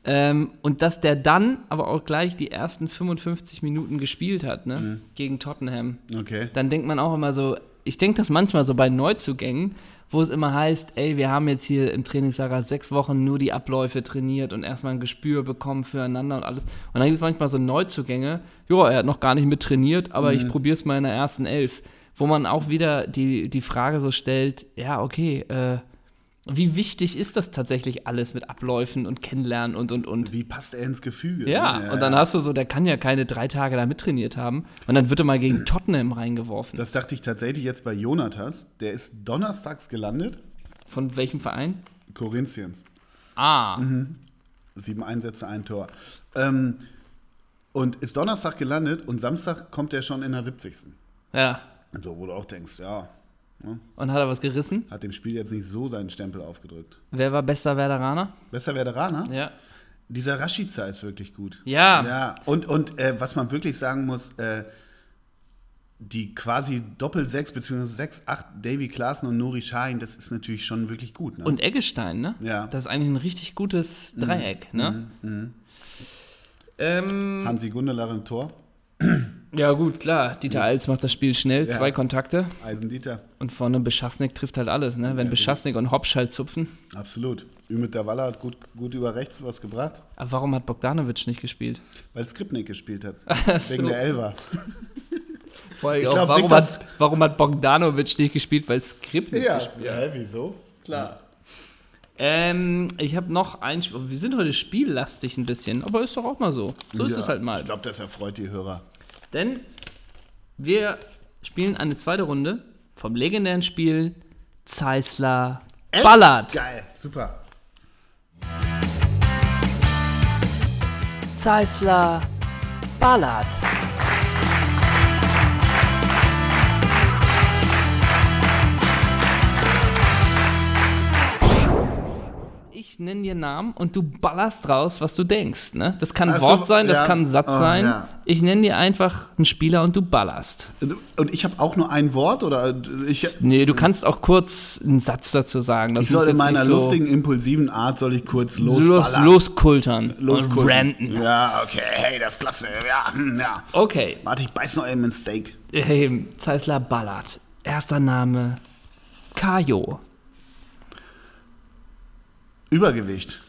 Speaker 1: Ähm, und dass der dann aber auch gleich die ersten 55 Minuten gespielt hat, ne? Gegen Tottenham.
Speaker 2: Okay.
Speaker 1: Dann denkt man auch immer so, ich denke das manchmal so bei Neuzugängen, wo es immer heißt, ey, wir haben jetzt hier im Trainingslager sechs Wochen nur die Abläufe trainiert und erstmal ein Gespür bekommen füreinander und alles. Und dann gibt es manchmal so Neuzugänge, jo, er hat noch gar nicht mit trainiert, aber ich probiere es mal in der ersten Elf. Wo man auch wieder die, die Frage so stellt, ja, okay, äh, wie wichtig ist das tatsächlich alles mit Abläufen und Kennenlernen und, und, und?
Speaker 2: Wie passt er ins Gefüge?
Speaker 1: Ja, und dann hast du so, der kann ja keine drei Tage da mittrainiert haben. Und dann wird er mal gegen Tottenham reingeworfen.
Speaker 2: Das dachte ich tatsächlich jetzt bei Jonatas. Der ist donnerstags gelandet.
Speaker 1: Von welchem Verein?
Speaker 2: Corinthians.
Speaker 1: Ah,
Speaker 2: Sieben Einsätze, ein Tor. Ähm, und ist Donnerstag gelandet und Samstag kommt er schon in der 70.
Speaker 1: ja.
Speaker 2: So, wo du auch denkst, ja,
Speaker 1: Und hat er was gerissen?
Speaker 2: hat dem Spiel jetzt nicht so seinen Stempel aufgedrückt.
Speaker 1: Wer war bester Werderaner?
Speaker 2: Besser Veteraner?
Speaker 1: Ja.
Speaker 2: Dieser Rashica ist wirklich gut.
Speaker 1: Ja.
Speaker 2: Ja, und, und äh, was man wirklich sagen muss, äh, die quasi Doppel-6 bzw. 6-8 Davy Klaassen und Nuri Sahin, das ist natürlich schon wirklich gut. Ne?
Speaker 1: Und Eggestein, ne?
Speaker 2: Ja. Mhm.
Speaker 1: Das ist eigentlich ein richtig gutes Dreieck, ne? Ähm,
Speaker 2: Hansi Gundelar im Tor,
Speaker 1: ja, gut, klar. Dieter Eils macht das Spiel schnell,
Speaker 2: Ja.
Speaker 1: zwei Kontakte.
Speaker 2: Eisendieter,
Speaker 1: Und vorne Beschassnik trifft halt alles, ne? Wenn Beschassnik und Hopsch halt zupfen.
Speaker 2: absolut. Ümit Davala hat gut, gut über rechts was gebracht,
Speaker 1: Aber warum hat Bogdanovic nicht gespielt?
Speaker 2: weil Skripnik gespielt hat.
Speaker 1: so.
Speaker 2: Wegen der Elfer.
Speaker 1: Vor allem
Speaker 2: Ich
Speaker 1: auch,
Speaker 2: glaub,
Speaker 1: warum,
Speaker 2: Victor's-
Speaker 1: hat, warum hat Bogdanovic nicht gespielt? Weil Skrip nicht
Speaker 2: Ja,
Speaker 1: gespielt
Speaker 2: ja, wieso?
Speaker 1: Klar. Ähm, ich habe noch ein Spiel. Wir sind heute spiellastig ein bisschen, aber ist doch auch mal so. So ist
Speaker 2: ja,
Speaker 1: es halt mal.
Speaker 2: Ich glaube, das erfreut die Hörer.
Speaker 1: Denn wir spielen eine zweite Runde vom legendären Spiel Zeissler Ballert.
Speaker 2: Geil, super.
Speaker 3: Zeisler Ballard.
Speaker 1: Ich nenne dir Namen und du ballerst raus, was du denkst. Ne? Das kann
Speaker 2: Ach so,
Speaker 1: Wort sein, das
Speaker 2: ja.
Speaker 1: kann Satz
Speaker 2: Oh,
Speaker 1: sein.
Speaker 2: ja.
Speaker 1: Ich nenne dir einfach einen Spieler und du ballerst.
Speaker 2: Und, und ich habe auch nur ein Wort oder ich,
Speaker 1: Nee, du kannst auch kurz einen Satz dazu sagen. Das
Speaker 2: Mhm. Ich
Speaker 1: muss
Speaker 2: soll in
Speaker 1: jetzt nicht
Speaker 2: meiner
Speaker 1: so
Speaker 2: lustigen, impulsiven Art soll ich kurz
Speaker 1: los,
Speaker 2: losballern.
Speaker 1: loskultern.
Speaker 2: Loskunden.
Speaker 1: Und ranten.
Speaker 2: Ja, okay, hey, das ist klasse. Ja, hm, ja.
Speaker 1: Okay,
Speaker 2: Warte, ich beiß noch eben ins Steak.
Speaker 1: hey, Zeissler Ballert. Erster Name Kajo.
Speaker 2: Übergewicht.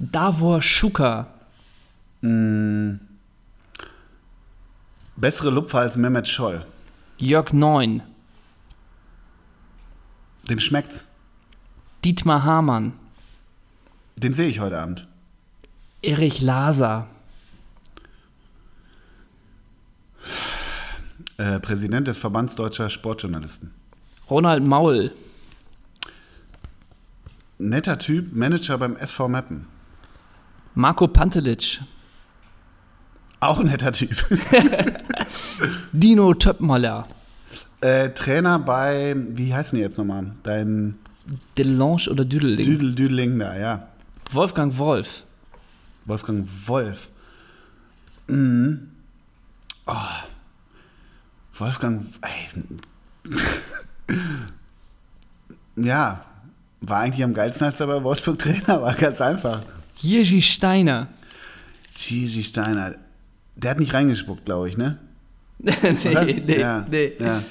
Speaker 1: Davor Schuka.
Speaker 2: Bessere Lupfer als Mehmet Scholl.
Speaker 1: Jörg Neun.
Speaker 2: Dem schmeckt's.
Speaker 1: Dietmar Hamann.
Speaker 2: Den sehe ich heute Abend.
Speaker 1: Erich Laser.
Speaker 2: Äh, Präsident des Verbands Deutscher Sportjournalisten.
Speaker 1: Ronald Maul.
Speaker 2: Netter Typ, Manager beim SV Meppen.
Speaker 1: Marco Pantelic.
Speaker 2: Auch ein netter Typ.
Speaker 1: Dino Töpmaler.
Speaker 2: äh, Trainer bei, wie heißen die jetzt nochmal? Dein
Speaker 1: Delange oder Düdeling.
Speaker 2: Düdel-Düdeling da, ja.
Speaker 1: Wolfgang Wolf.
Speaker 2: Wolfgang Wolf. Mhm. Ah. Wolfgang. Ey. ja, war eigentlich am geilsten, als er bei Wolfsburg Trainer war. Ganz einfach.
Speaker 1: Jiří Steiner.
Speaker 2: Gigi Steiner. Der hat nicht reingespuckt, glaube ich, ne? Oder?
Speaker 1: nee, nee,
Speaker 2: ja,
Speaker 1: nee.
Speaker 2: Ja.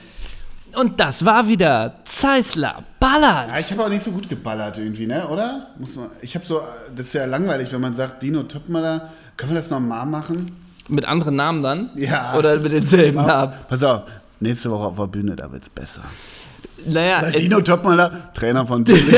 Speaker 1: Und das war wieder Zeissler Ballert.
Speaker 2: Ja, ich habe auch nicht so gut geballert irgendwie, ne? Oder? Muss man, ich habe so, das ist ja langweilig, wenn man sagt, Dino Topmaler, können wir das normal machen?
Speaker 1: Mit anderen Namen dann?
Speaker 2: Ja. Genau.
Speaker 1: Oder mit denselben Namen?
Speaker 2: Pass auf, nächste Woche auf der Bühne, da wird's besser.
Speaker 1: Naja, es,
Speaker 2: Dino Topmaler, Trainer von Dili.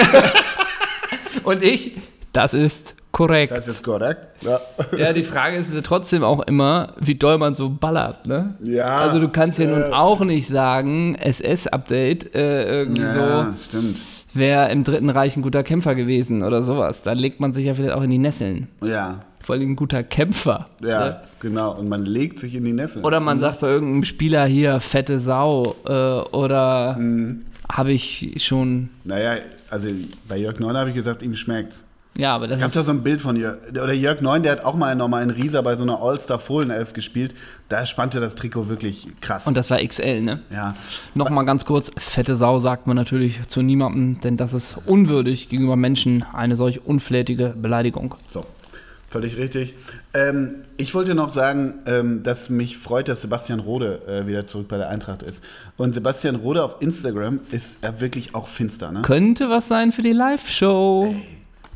Speaker 1: und ich, das ist korrekt.
Speaker 2: Das ist korrekt. Ja.
Speaker 1: ja, die Frage ist ja trotzdem auch immer, wie doll man so ballert, ne?
Speaker 2: Ja.
Speaker 1: Also du kannst ja nun
Speaker 2: Äh.
Speaker 1: auch nicht sagen, SS-Update, äh, irgendwie so,
Speaker 2: Ja, stimmt.
Speaker 1: wäre im Dritten Reich ein guter Kämpfer gewesen oder sowas. Da legt man sich ja vielleicht auch in die Nesseln.
Speaker 2: Ja,
Speaker 1: Vor allem ein guter Kämpfer.
Speaker 2: ja, Mhm.
Speaker 1: Ne?
Speaker 2: genau. Und man legt sich in die Nässe.
Speaker 1: Oder man sagt bei irgendeinem Spieler hier, fette Sau, äh, oder
Speaker 2: Mhm.
Speaker 1: habe ich schon,
Speaker 2: Naja, also bei Jörg Neun habe ich gesagt, ihm schmeckt.
Speaker 1: ja, aber das
Speaker 2: Es gab
Speaker 1: ist...
Speaker 2: da so ein Bild von Jörg. Oder Jörg Neun, der hat auch mal nochmal in Riesa bei so einer All-Star-Fohlenelf gespielt. Da spannte das Trikot wirklich krass.
Speaker 1: und das war XL, ne?
Speaker 2: ja.
Speaker 1: Nochmal ganz kurz, fette Sau sagt man natürlich zu niemandem, denn das ist unwürdig gegenüber Menschen, eine solch unflätige Beleidigung.
Speaker 2: So. Völlig richtig. Ähm, ich wollte noch sagen, ähm, dass mich freut, dass Sebastian Rode äh, wieder zurück bei der Eintracht ist. Und Sebastian Rode auf Instagram ist äh, wirklich auch finster, ne?
Speaker 1: Könnte was sein für die Live-Show.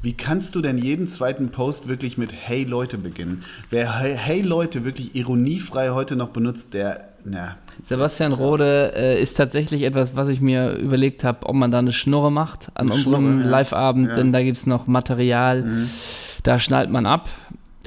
Speaker 2: Wie kannst du denn jeden zweiten Post wirklich mit Hey Leute beginnen? Wer Hey, hey Leute wirklich ironiefrei heute noch benutzt, der, na,
Speaker 1: Sebastian Rode äh, ist tatsächlich etwas, was ich mir überlegt habe, ob man da eine Schnurre macht an unserem
Speaker 2: Schnurre, ja.
Speaker 1: Live-Abend,
Speaker 2: Ja. Mhm.
Speaker 1: denn da gibt es noch Material, da schnallt man ab.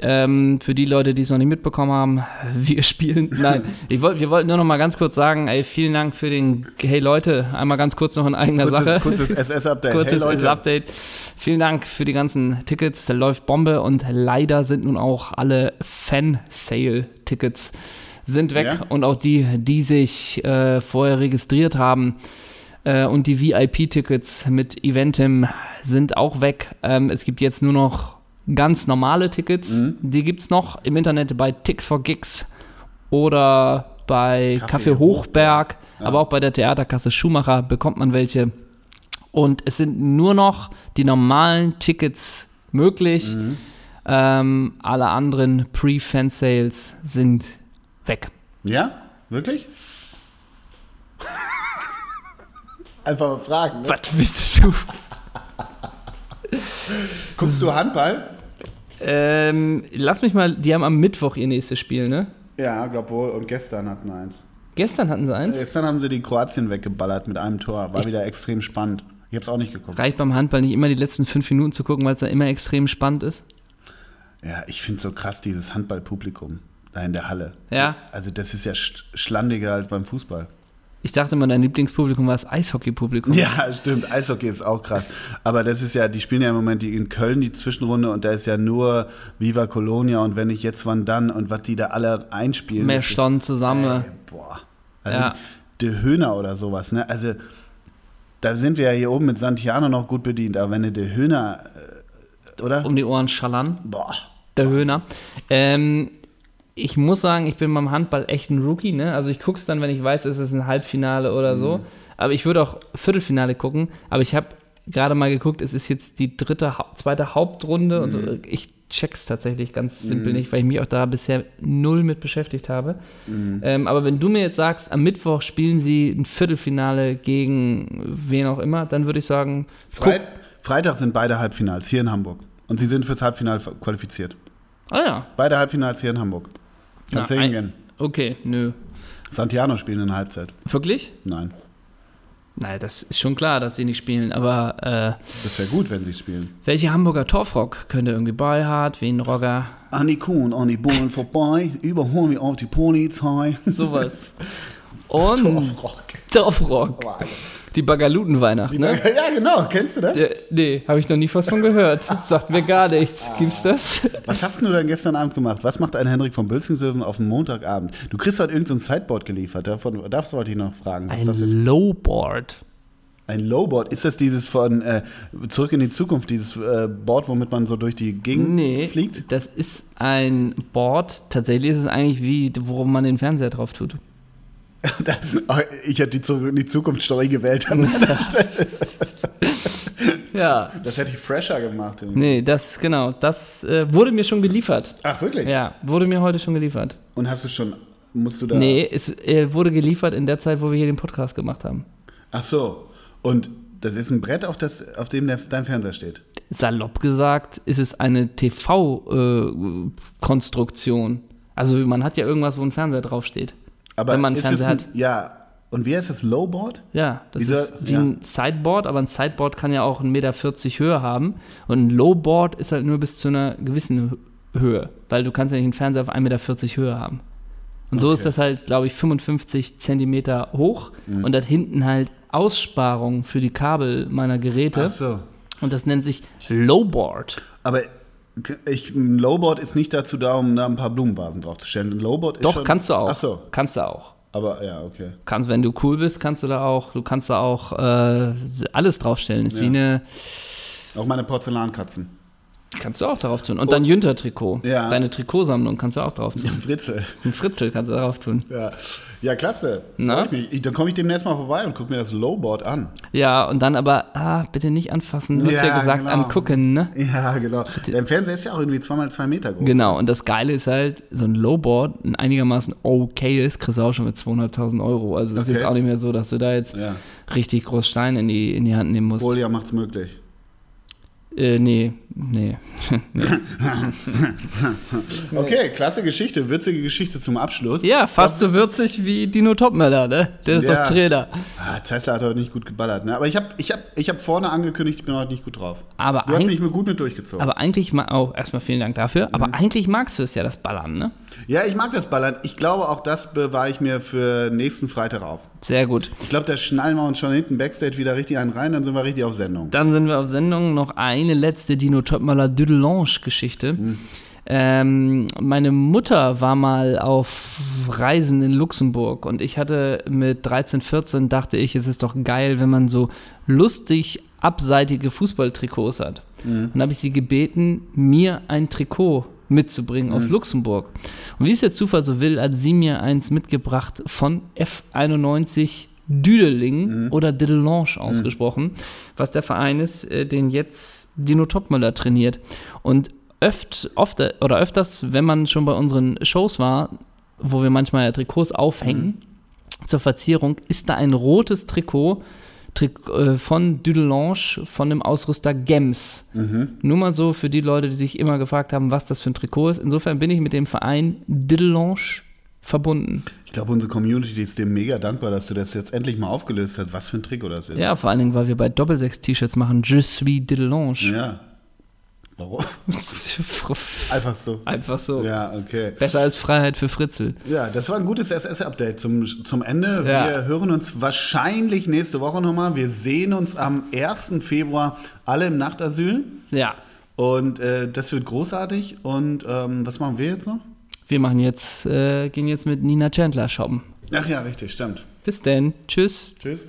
Speaker 1: Ähm, für die Leute, die es noch nicht mitbekommen haben, wir spielen. Nein, ich wollt, wir wollten nur noch mal ganz kurz sagen: ey, vielen Dank für den. Hey Leute, einmal ganz kurz noch in eigener Sache.
Speaker 2: kurzes, kurzes SS-Update.
Speaker 1: Kurzes Update. Vielen Dank für die ganzen Tickets. Da läuft Bombe und leider sind nun auch alle Fan-Sale-Tickets sind weg
Speaker 2: Ja?
Speaker 1: und auch die, die sich äh, vorher registriert haben äh, und die VIP-Tickets mit Eventim sind auch weg. Ähm, es gibt jetzt nur noch ganz normale Tickets. Die gibt es noch im Internet bei Ticks for Gigs oder bei
Speaker 2: Kaffee
Speaker 1: Kaffee Hochberg, aber auch bei der Theaterkasse Schumacher bekommt man welche. Und es sind nur noch die normalen Tickets möglich. Ähm, alle anderen Pre-Fan-Sales sind weg.
Speaker 2: Ja? Wirklich? Einfach mal fragen. Ne?
Speaker 1: Was willst du?
Speaker 2: Guckst du Handball?
Speaker 1: Ähm, lass mich mal, die haben am Mittwoch ihr nächstes Spiel, ne?
Speaker 2: Ja, glaub wohl. Und gestern hatten wir eins.
Speaker 1: Gestern hatten sie eins.
Speaker 2: Gestern haben sie die Kroatien weggeballert mit einem Tor. War wieder extrem spannend. Ich hab's auch nicht geguckt.
Speaker 1: Reicht beim Handball nicht immer die letzten fünf Minuten zu gucken, weil es da immer extrem spannend ist.
Speaker 2: Ja, ich finde so krass dieses Handballpublikum da in der Halle.
Speaker 1: Ja.
Speaker 2: Also das ist ja sch schlandiger als beim Fußball.
Speaker 1: Ich dachte immer, dein Lieblingspublikum war das Eishockey-Publikum.
Speaker 2: Ja, stimmt. Eishockey ist auch krass. Aber das ist ja, die spielen ja im Moment die in Köln die Zwischenrunde und da ist ja nur Viva Colonia und wenn ich jetzt wann dann und was die da alle einspielen.
Speaker 1: Mehr
Speaker 2: das ist-
Speaker 1: Stunden zusammen.
Speaker 2: Ey, boah.
Speaker 1: Ja.
Speaker 2: Also, De Höhner oder sowas, ne? Also, da sind wir ja hier oben mit Santiano noch gut bedient, aber wenn du De Höhner, äh, oder?
Speaker 1: Um die Ohren schallern.
Speaker 2: boah.
Speaker 1: Der Höhner. Ähm, ich muss sagen, ich bin beim Handball echt ein Rookie. Ne? Also ich gucke es dann, wenn ich weiß, es ist ein Halbfinale oder so. Aber ich würde auch Viertelfinale gucken. Aber ich habe gerade mal geguckt, es ist jetzt die dritte, Hau- zweite Hauptrunde. Und so. ich check's tatsächlich ganz simpel nicht, weil ich mich auch da bisher null mit beschäftigt habe. Ähm, aber wenn du mir jetzt sagst, am Mittwoch spielen sie ein Viertelfinale gegen wen auch immer, dann würde ich sagen, guck.
Speaker 2: Freit Freitag sind beide Halbfinals hier in Hamburg. Und sie sind fürs Halbfinale qualifiziert.
Speaker 1: Ah ja.
Speaker 2: Beide Halbfinals hier in Hamburg. Kannst du
Speaker 1: Na, ein-
Speaker 2: hingehen.
Speaker 1: Okay, nö.
Speaker 2: Santiano spielen in der Halbzeit.
Speaker 1: Wirklich?
Speaker 2: Nein.
Speaker 1: Naja, das ist schon klar, dass sie nicht spielen, aber äh,
Speaker 2: Das wäre gut, wenn sie spielen.
Speaker 1: welche Hamburger Torfrock könnte irgendwie Beihard, Wienrogger,
Speaker 2: An die Kuhn, an die Bullen vorbei, überholen wir auf die Polizei.
Speaker 1: sowas. Und
Speaker 2: Torfrock.
Speaker 1: Torfrock,
Speaker 2: Boah, Alter.
Speaker 1: die Bagalutenweihnacht, ne?
Speaker 2: Ja, genau. Kennst du das?
Speaker 1: Der, nee, habe ich noch nie was von gehört. Sagt mir gar nichts. Gibt's das?
Speaker 2: Was hast denn du denn gestern Abend gemacht? Was macht ein Henrik von Bülzingslöwen auf dem Montagabend? Du kriegst halt irgendein so ein Sideboard geliefert. Davon darfst du heute noch fragen. Was
Speaker 1: Ein
Speaker 2: ist das jetzt?
Speaker 1: Lowboard.
Speaker 2: Ein Lowboard. Ist das dieses von äh, Zurück in die Zukunft, dieses äh, Board, womit man so durch die Gegend
Speaker 1: Nee,
Speaker 2: fliegt?
Speaker 1: das ist ein Board. Tatsächlich ist es eigentlich wie, worum man den Fernseher drauf tut.
Speaker 2: Ach, Ah, ich hätte die Zurück in die Zukunft-Story gewählt. An der Stelle.
Speaker 1: Ja.
Speaker 2: das hätte ich fresher gemacht.
Speaker 1: Nee, das, genau, das äh, wurde mir schon geliefert.
Speaker 2: Ach, wirklich?
Speaker 1: Ja, wurde mir heute schon geliefert.
Speaker 2: Und hast du schon, musst du da...
Speaker 1: Nee, es äh, wurde geliefert in der Zeit, wo wir hier den Podcast gemacht haben.
Speaker 2: Ach so. Und das ist ein Brett, auf, das, auf dem der, dein Fernseher steht.
Speaker 1: Salopp gesagt, ist es eine TV-Konstruktion. also man hat ja irgendwas, wo ein Fernseher draufsteht.
Speaker 2: Aber
Speaker 1: Wenn man einen
Speaker 2: ist es
Speaker 1: Fernseher hat.
Speaker 2: Ein, ja. Und wie heißt das? Lowboard?
Speaker 1: Ja, das
Speaker 2: Dieser-
Speaker 1: ist wie
Speaker 2: ja.
Speaker 1: ein Sideboard, aber ein Sideboard kann ja auch 1,40 Meter Höhe haben. Und ein Lowboard ist halt nur bis zu einer gewissen Hö- Höhe, weil du kannst ja nicht einen Fernseher auf 1,40 Meter Höhe haben. Und so ist
Speaker 2: Okay. Mhm.
Speaker 1: das halt, glaube ich, 55 Zentimeter hoch und hat hinten halt Aussparungen für die Kabel meiner Geräte.
Speaker 2: Ach so.
Speaker 1: Und das nennt sich Lowboard.
Speaker 2: Aber ich, ein Lowboard ist nicht dazu da, um da ein paar Blumenvasen draufzustellen. Ein Lowboard ist
Speaker 1: Doch,
Speaker 2: schon,
Speaker 1: kannst du auch.
Speaker 2: Ach so.
Speaker 1: Kannst du auch.
Speaker 2: Aber ja, okay.
Speaker 1: Kannst, wenn du cool bist, kannst du da auch, du kannst da auch äh, alles draufstellen. Ist wie
Speaker 2: Ja.
Speaker 1: eine,
Speaker 2: Auch meine Porzellankatzen.
Speaker 1: Kannst du auch darauf tun. Und dein Jünter-Trikot.
Speaker 2: Oh. Ja.
Speaker 1: Deine Trikotsammlung kannst du auch drauf tun.
Speaker 2: Fritzel.
Speaker 1: Ein Fritzel kannst du darauf tun.
Speaker 2: Ja, ja klasse.
Speaker 1: Na?
Speaker 2: Freut mich. Ich, dann komme ich demnächst mal vorbei und gucke mir das Lowboard an.
Speaker 1: Ja, und dann aber, ah, bitte nicht anfassen. Du hast ja
Speaker 2: Ja,
Speaker 1: gesagt,
Speaker 2: genau.
Speaker 1: angucken, ne?
Speaker 2: Ja, genau. Dein Fernseher ist ja auch irgendwie 2x2 Meter groß.
Speaker 1: Genau, und das Geile ist halt, so ein Lowboard, ein einigermaßen okayes, kriegst du auch schon mit 200.000 Euro. Also das ist
Speaker 2: Okay.
Speaker 1: jetzt auch nicht mehr so, dass du da jetzt
Speaker 2: Ja.
Speaker 1: richtig groß Stein in die, in die Hand nehmen musst.
Speaker 2: Folia macht's möglich.
Speaker 1: Äh, nee, nee. nee.
Speaker 2: Okay, klasse Geschichte, witzige Geschichte zum Abschluss.
Speaker 1: ja, fast so würzig wie Dino Topmöller, ne? Der ist
Speaker 2: Ja.
Speaker 1: doch Trainer.
Speaker 2: Ah, Tesla hat heute nicht gut geballert, ne? Aber ich habe ich hab, ich hab vorne angekündigt, ich bin heute nicht gut drauf.
Speaker 1: Aber
Speaker 2: Du hast
Speaker 1: ein-
Speaker 2: mich gut mit durchgezogen.
Speaker 1: Aber eigentlich, ma- oh, erstmal vielen Dank dafür,
Speaker 2: Mhm.
Speaker 1: aber eigentlich magst du es ja, das Ballern, ne?
Speaker 2: ja, ich mag das Ballern. Ich glaube, auch das bewahre ich mir für nächsten Freitag auf.
Speaker 1: Sehr gut.
Speaker 2: Ich glaube, da schnallen wir uns schon hinten Backstage wieder richtig einen rein, dann sind wir richtig auf Sendung.
Speaker 1: Dann sind wir auf Sendung. Noch eine letzte Dino Topmaler Düdelange-Geschichte. Ähm, meine Mutter war mal auf Reisen in Luxemburg und ich hatte mit 13, 14 dachte ich, es ist doch geil, wenn man so lustig abseitige Fußballtrikots hat. Und dann habe ich sie gebeten, mir ein Trikot mitzubringen aus Luxemburg. Und wie es der Zufall so will, hat sie mir eins mitgebracht von F91 Düdeling oder Didelange ausgesprochen, was der Verein ist, äh, den jetzt Dino Topmüller trainiert. Und öft, oft, oder öfters, wenn man schon bei unseren Shows war, wo wir manchmal Trikots aufhängen zur Verzierung, ist da ein rotes Trikot Trik äh, von Dudelange von dem Ausrüster Gems. Nur mal so für die Leute, die sich immer gefragt haben, was das für ein Trikot ist. Insofern bin ich mit dem Verein Dudelange verbunden.
Speaker 2: Ich glaube, unsere Community ist dir mega dankbar, dass du das jetzt endlich mal aufgelöst hast. Was für ein Trick oder das ist.
Speaker 1: Ja, vor allen Dingen, weil wir bei Doppelsechs-T-Shirts machen. Je suis Dudelange.
Speaker 2: ja. Warum?
Speaker 1: Lange.
Speaker 2: Einfach so.
Speaker 1: Einfach so.
Speaker 2: Ja, okay.
Speaker 1: Besser als Freiheit für Fritzel.
Speaker 2: Ja, das war ein gutes SS-Update zum, zum Ende.
Speaker 1: Ja.
Speaker 2: Wir hören uns wahrscheinlich nächste Woche nochmal. Wir sehen uns am 1. Februar alle im Nachtasyl.
Speaker 1: Ja,
Speaker 2: Und äh, das wird großartig. Und ähm, was machen wir jetzt noch?
Speaker 1: wir machen jetzt, äh, gehen jetzt mit Nina Chandler shoppen.
Speaker 2: Ach ja, richtig, stimmt.
Speaker 1: Bis denn. Tschüss.
Speaker 2: Tschüss.